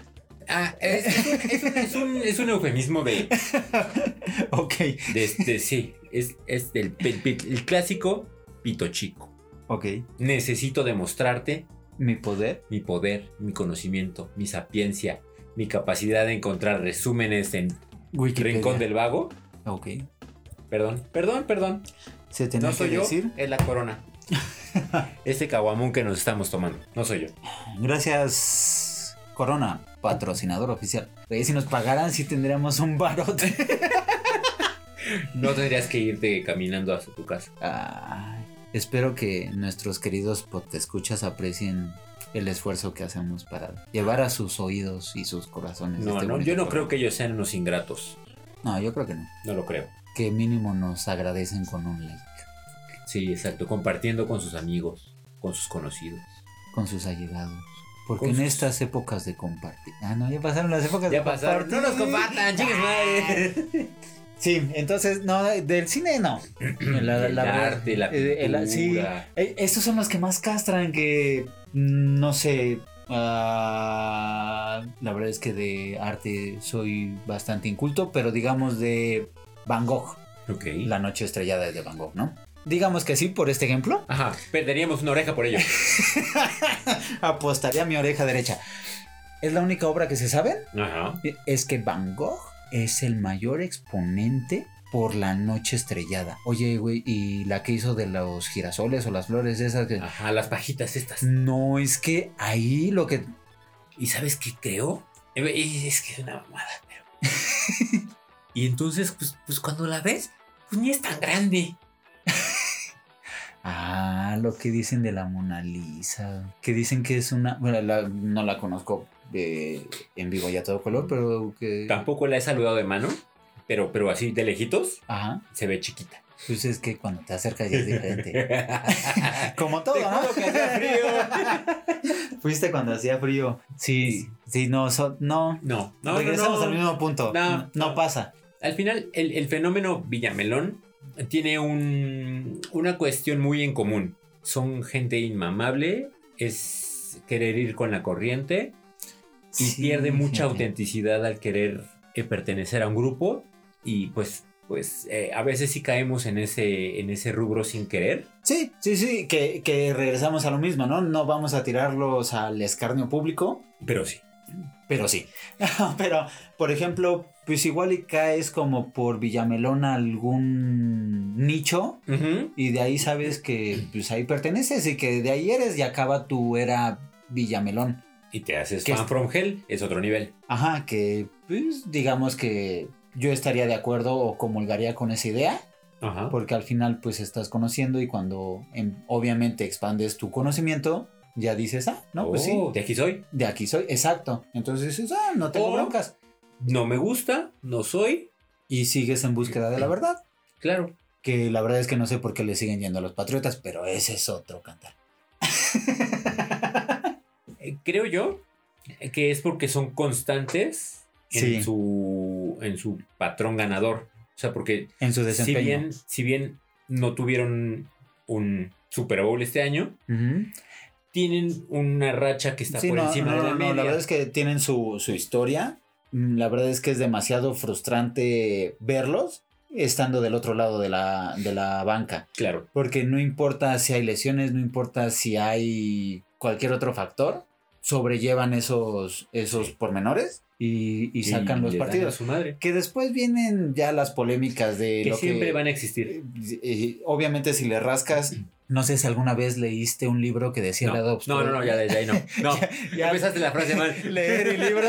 Speaker 1: Ah, es, es un, es un- es un eufemismo de,
Speaker 2: Ok,
Speaker 1: de este, sí. Es, es el, pe- pe- el clásico pito chico.
Speaker 2: ok.
Speaker 1: Necesito demostrarte
Speaker 2: Mi poder.
Speaker 1: mi poder, mi conocimiento, mi sapiencia, mi capacidad de encontrar resúmenes en
Speaker 2: Wikipedia.
Speaker 1: Rincón del Vago.
Speaker 2: Ok.
Speaker 1: Perdón, perdón, perdón.
Speaker 2: Se tenía
Speaker 1: No soy
Speaker 2: que
Speaker 1: yo,
Speaker 2: decir.
Speaker 1: es la corona. Este caguamón que nos estamos tomando, no soy yo.
Speaker 2: Gracias, Corona, patrocinador oficial. Güey, si nos pagaran, sí tendríamos un barote.
Speaker 1: No tendrías que irte caminando hasta tu casa.
Speaker 2: Ay, espero que nuestros queridos escuchas aprecien el esfuerzo que hacemos para llevar a sus oídos y sus corazones.
Speaker 1: No,
Speaker 2: este
Speaker 1: no,
Speaker 2: bonito
Speaker 1: yo no creo
Speaker 2: programa.
Speaker 1: que ellos sean unos ingratos.
Speaker 2: No, yo creo que no.
Speaker 1: No lo creo.
Speaker 2: Que mínimo nos agradecen con un like,
Speaker 1: Sí, exacto. Compartiendo con sus amigos, con sus conocidos.
Speaker 2: con sus allegados. Porque
Speaker 1: Con
Speaker 2: en
Speaker 1: sus-
Speaker 2: estas épocas de compartir. Ah, no, ya pasaron las épocas
Speaker 1: Ya
Speaker 2: de
Speaker 1: pasaron.
Speaker 2: compartir. Ah,
Speaker 1: No nos compartan, chicas madre.
Speaker 2: Sí, entonces, no, del cine no. La- la-
Speaker 1: el
Speaker 2: la verdad,
Speaker 1: arte, la
Speaker 2: eh, el-
Speaker 1: pintura.
Speaker 2: sí. Eh, Estos son los que más castran que, mm, no sé, ah, la verdad es que de arte soy bastante inculto, pero digamos de Van Gogh,
Speaker 1: Ok.
Speaker 2: la noche estrellada es de Van Gogh, ¿no? Digamos que sí, por este ejemplo,
Speaker 1: Ajá, perderíamos una oreja por ello.
Speaker 2: apostaría mi oreja derecha. Es la única obra que se saben,
Speaker 1: Ajá.
Speaker 2: eh, es que Van Gogh es el mayor exponente por la noche estrellada. Oye, güey, y la que hizo de los girasoles o las flores esas que...
Speaker 1: Ajá, las pajitas estas.
Speaker 2: No, es que ahí lo que
Speaker 1: ¿Y sabes qué creo? Eh, eh, Es que es una mamada, pero. y entonces, pues, pues cuando la ves, pues ni es tan grande.
Speaker 2: Ah, lo que dicen de la Mona Lisa. Que dicen que es una. Bueno, la- no la conozco eh, en vivo ya todo color, pero que.
Speaker 1: Tampoco la he saludado de mano, pero, pero así de lejitos
Speaker 2: Ajá.
Speaker 1: se ve chiquita.
Speaker 2: Pues es que cuando te acercas ya es diferente. Como todo,
Speaker 1: Te juro que hacía
Speaker 2: frío. Fuiste cuando hacía frío. Sí, sí, no, so- no.
Speaker 1: No, no, no,
Speaker 2: Regresamos
Speaker 1: no.
Speaker 2: al mismo punto.
Speaker 1: No,
Speaker 2: No, no
Speaker 1: no.
Speaker 2: pasa.
Speaker 1: Al final, el, el fenómeno Villamelón tiene un- una cuestión muy en común. Son gente inmamable, es querer ir con la corriente y
Speaker 2: Sí,
Speaker 1: pierde mucha
Speaker 2: fíjate.
Speaker 1: autenticidad al querer eh, pertenecer a un grupo y pues, pues eh, a veces sí caemos en ese, en ese rubro sin querer.
Speaker 2: Sí, sí, sí, que, que regresamos a lo mismo, ¿no? No vamos a tirarlos al escarnio público.
Speaker 1: Pero sí.
Speaker 2: Pero sí. Pero, por ejemplo, pues igual y caes como por Villamelón a algún nicho
Speaker 1: Ujú.
Speaker 2: y de ahí sabes que pues ahí perteneces y que de ahí eres y acaba tu era Villamelón.
Speaker 1: Y te haces
Speaker 2: ¿Qué
Speaker 1: fan
Speaker 2: es?
Speaker 1: from hell, es otro nivel.
Speaker 2: Ajá, que pues digamos que yo estaría de acuerdo o comulgaría con esa idea
Speaker 1: Ajá.
Speaker 2: porque al final pues estás conociendo y cuando em, obviamente expandes tu conocimiento ya dices, ah, no, pues sí,
Speaker 1: Oh, De aquí soy.
Speaker 2: de aquí soy, exacto. Entonces dices, ah, no tengo
Speaker 1: O-
Speaker 2: broncas.
Speaker 1: No me gusta, no soy.
Speaker 2: y sigues en búsqueda de la verdad.
Speaker 1: Claro.
Speaker 2: Que la verdad es que no sé por qué le siguen yendo a los patriotas, pero ese es otro cantar.
Speaker 1: Eh, creo yo eh, que es porque son constantes en,
Speaker 2: Sí.
Speaker 1: su, en su patrón ganador. O sea, porque
Speaker 2: En su
Speaker 1: si
Speaker 2: desempeño.
Speaker 1: bien, si bien no tuvieron un Super Bowl este año,
Speaker 2: Ujú.
Speaker 1: tienen una racha que está
Speaker 2: Sí,
Speaker 1: por
Speaker 2: no,
Speaker 1: encima
Speaker 2: no,
Speaker 1: de la
Speaker 2: no,
Speaker 1: media.
Speaker 2: la verdad es que tienen su, su historia. Mm, La verdad es que es demasiado frustrante verlos estando del otro lado de la, de la banca.
Speaker 1: Claro,
Speaker 2: Porque no importa si hay lesiones, no importa si hay cualquier otro factor, sobrellevan esos, esos pormenores y, y sacan los
Speaker 1: le dan
Speaker 2: partidos.
Speaker 1: a su madre.
Speaker 2: Que después vienen ya las polémicas de
Speaker 1: Que
Speaker 2: lo
Speaker 1: siempre
Speaker 2: que,
Speaker 1: van a existir.
Speaker 2: Eh, eh, obviamente si le rascas, no sé si alguna vez leíste un libro que decía
Speaker 1: No,
Speaker 2: el lado
Speaker 1: no, no, no, ya desde ahí no. No, ya,
Speaker 2: ya-
Speaker 1: empezaste la frase mal.
Speaker 2: Leer el libro.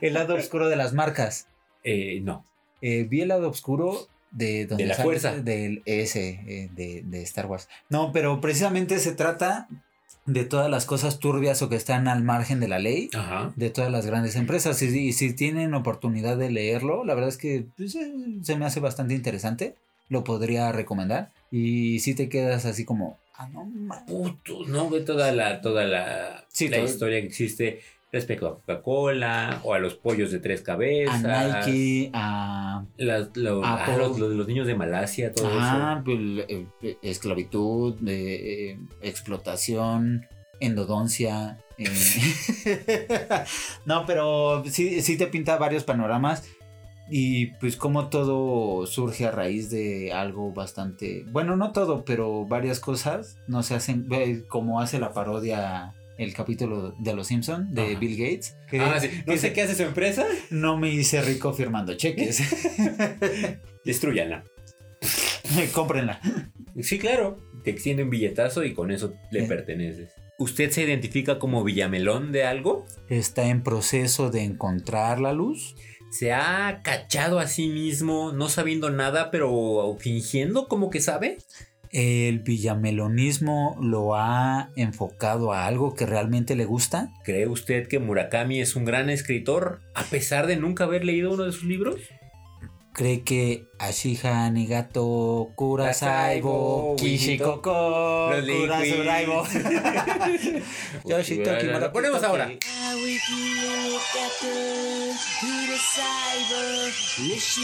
Speaker 2: el lado oscuro de las marcas.
Speaker 1: Eh, no,
Speaker 2: Eh, vi el lado oscuro de donde
Speaker 1: De la
Speaker 2: sale-
Speaker 1: fuerza.
Speaker 2: del ese eh, de, de Star Wars. No, pero precisamente se trata de todas las cosas turbias o que están al margen de la ley
Speaker 1: ajá.
Speaker 2: de todas las grandes empresas. Y, si- y si tienen oportunidad de leerlo, la verdad es que pues, eh, se me hace bastante interesante. Lo podría recomendar. Y si te quedas así como, ah, no, ma-
Speaker 1: Puto, no ve toda la, toda la,
Speaker 2: Sí,
Speaker 1: la
Speaker 2: todo-
Speaker 1: historia que existe. respecto a Coca-Cola o a los pollos de tres cabezas.
Speaker 2: a Nike, a
Speaker 1: las- lo- ah,
Speaker 2: Apple. Ah,
Speaker 1: los, los- los niños de Malasia, todo
Speaker 2: Ajá, el- el- el- pues, eh, esclavitud, eh, eh, explotación, endodoncia. eh. no, pero sí, sí te pinta varios panoramas. Y pues como todo surge a raíz de algo bastante... Bueno, no todo, pero varias cosas. No se hacen... eh, Como hace la parodia el capítulo de Los Simpson de
Speaker 1: Ajá.
Speaker 2: Bill Gates. que
Speaker 1: eso. Ah, sí. No sé qué hace su empresa.
Speaker 2: No me hice rico firmando cheques.
Speaker 1: Destruyanla.
Speaker 2: Cómprenla.
Speaker 1: Sí, claro. Te extiende un billetazo y con eso le
Speaker 2: Eh.
Speaker 1: perteneces. ¿Usted se identifica como villamelón de algo?
Speaker 2: Está en proceso de encontrar la luz.
Speaker 1: ¿Se ha cachado a sí mismo no sabiendo nada, pero fingiendo como que sabe?
Speaker 2: ¿El villamelonismo lo ha enfocado a algo que realmente le gusta?
Speaker 1: ¿Cree usted que Murakami es un gran escritor a pesar de nunca haber leído uno de sus libros?
Speaker 2: ¿Cree que Ashiha Nigato Kurasaibo
Speaker 1: Kurasaibo,
Speaker 2: Kishikoko
Speaker 1: Los Liquid.
Speaker 2: Kurasuraibo Yoshitoki
Speaker 1: Lo ponemos
Speaker 2: Muratoki.
Speaker 1: ahora.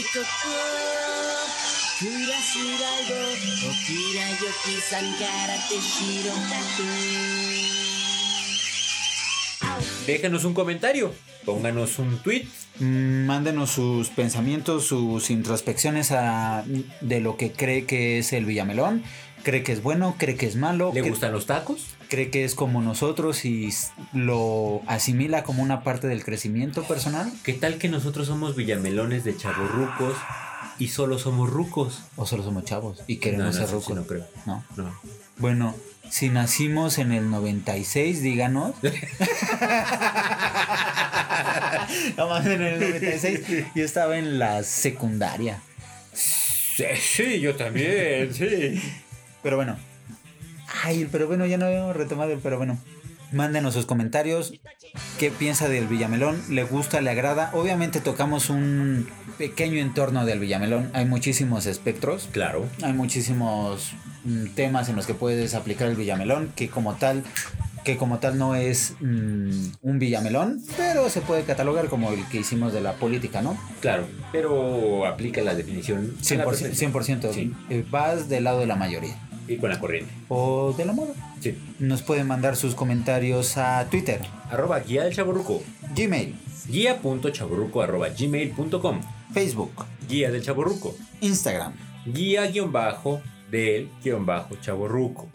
Speaker 1: Déjanos un comentario, pónganos un tweet
Speaker 2: Mm, Mándenos sus pensamientos, sus introspecciones a- de lo que cree que es el villamelón. ¿Cree que es bueno? ¿Cree que es malo?
Speaker 1: ¿Le
Speaker 2: ¿Cree-
Speaker 1: gustan los tacos?
Speaker 2: ¿Cree que es como nosotros y s- lo asimila como una parte del crecimiento personal?
Speaker 1: ¿Qué tal que nosotros somos villamelones de chavorrucos y solo somos rucos?
Speaker 2: ¿O solo somos chavos y queremos ser
Speaker 1: eso sí
Speaker 2: rucos?
Speaker 1: no creo.
Speaker 2: No.
Speaker 1: No.
Speaker 2: Bueno, si nacimos en el 96, díganos. no mames, en el 96 yo estaba en la secundaria.
Speaker 1: Sí, sí, yo también, sí.
Speaker 2: Pero bueno. Ay, el pero bueno, ya no habíamos retomado el pero bueno. Mándenos sus comentarios. ¿Qué piensa del Villamelón? ¿Le gusta? ¿Le agrada? Obviamente tocamos un pequeño entorno del Villamelón. Hay muchísimos espectros.
Speaker 1: Claro.
Speaker 2: Hay muchísimos mm, temas en los que puedes aplicar el Villamelón. Que como tal, que como tal no es mm, un Villamelón. Pero se puede catalogar como el que hicimos de la política, ¿no?
Speaker 1: Claro, pero aplica la definición a la
Speaker 2: 100%.
Speaker 1: perfección.
Speaker 2: 100%.
Speaker 1: Sí.
Speaker 2: Eh, Vas del lado de la mayoría.
Speaker 1: Y con la corriente.
Speaker 2: O de la moda.
Speaker 1: Sí.
Speaker 2: Nos pueden mandar sus comentarios a Twitter,
Speaker 1: Arroba guía del chaborruco.
Speaker 2: Gmail,
Speaker 1: Guía.chaborruco arroba gmail.com.
Speaker 2: Facebook,
Speaker 1: Guía del chaborruco.
Speaker 2: Instagram.
Speaker 1: Guía guión bajo del guión bajo chaborruco.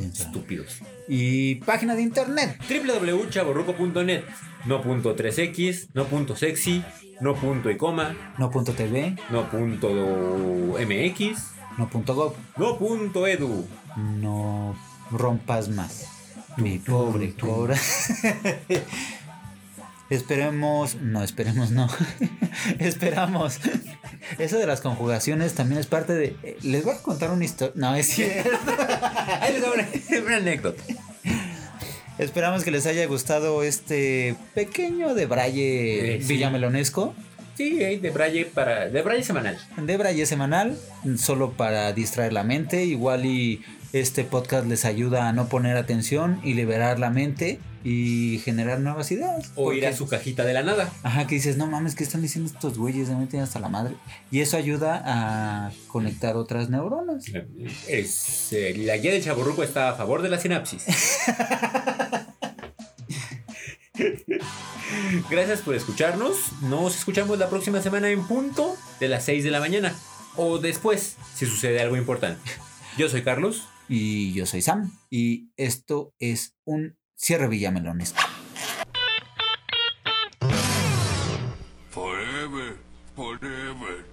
Speaker 1: Estúpidos.
Speaker 2: Y página de internet.
Speaker 1: www.chaborruco.net. No punto 3x, no punto sexy, no punto y coma,
Speaker 2: No punto TV,
Speaker 1: no punto mx,
Speaker 2: no punto gov.
Speaker 1: no punto edu.
Speaker 2: No rompas más. Mi pobre cobra. esperemos. No, esperemos no. Esperamos. Eso de las conjugaciones también es parte de. eh, Les voy a contar una historia. No, es cierto.
Speaker 1: Ahí les va una, una anécdota.
Speaker 2: Esperamos que les haya gustado este pequeño debraye
Speaker 1: Eh, sí.
Speaker 2: villamelonesco.
Speaker 1: Sí, eh, de Braille para. De Braille semanal.
Speaker 2: Debra y es semanal, solo para distraer la mente. Igual y este podcast les ayuda a no poner atención y liberar la mente y generar nuevas ideas.
Speaker 1: O ir a
Speaker 2: Porque-
Speaker 1: su cajita de la nada.
Speaker 2: Ajá, que dices, no mames, ¿qué están diciendo estos güeyes? Ya me tienen hasta la madre. Y eso ayuda a conectar otras neuronas.
Speaker 1: Es, eh, la guía del chaburruco está a favor de la sinapsis. Gracias por escucharnos. Nos escuchamos la próxima semana en punto de las 6 de la mañana. O después, si sucede algo importante. Yo soy Carlos.
Speaker 2: Y yo soy Sam. Y esto es un cierre Villamelones.
Speaker 4: Forever, forever.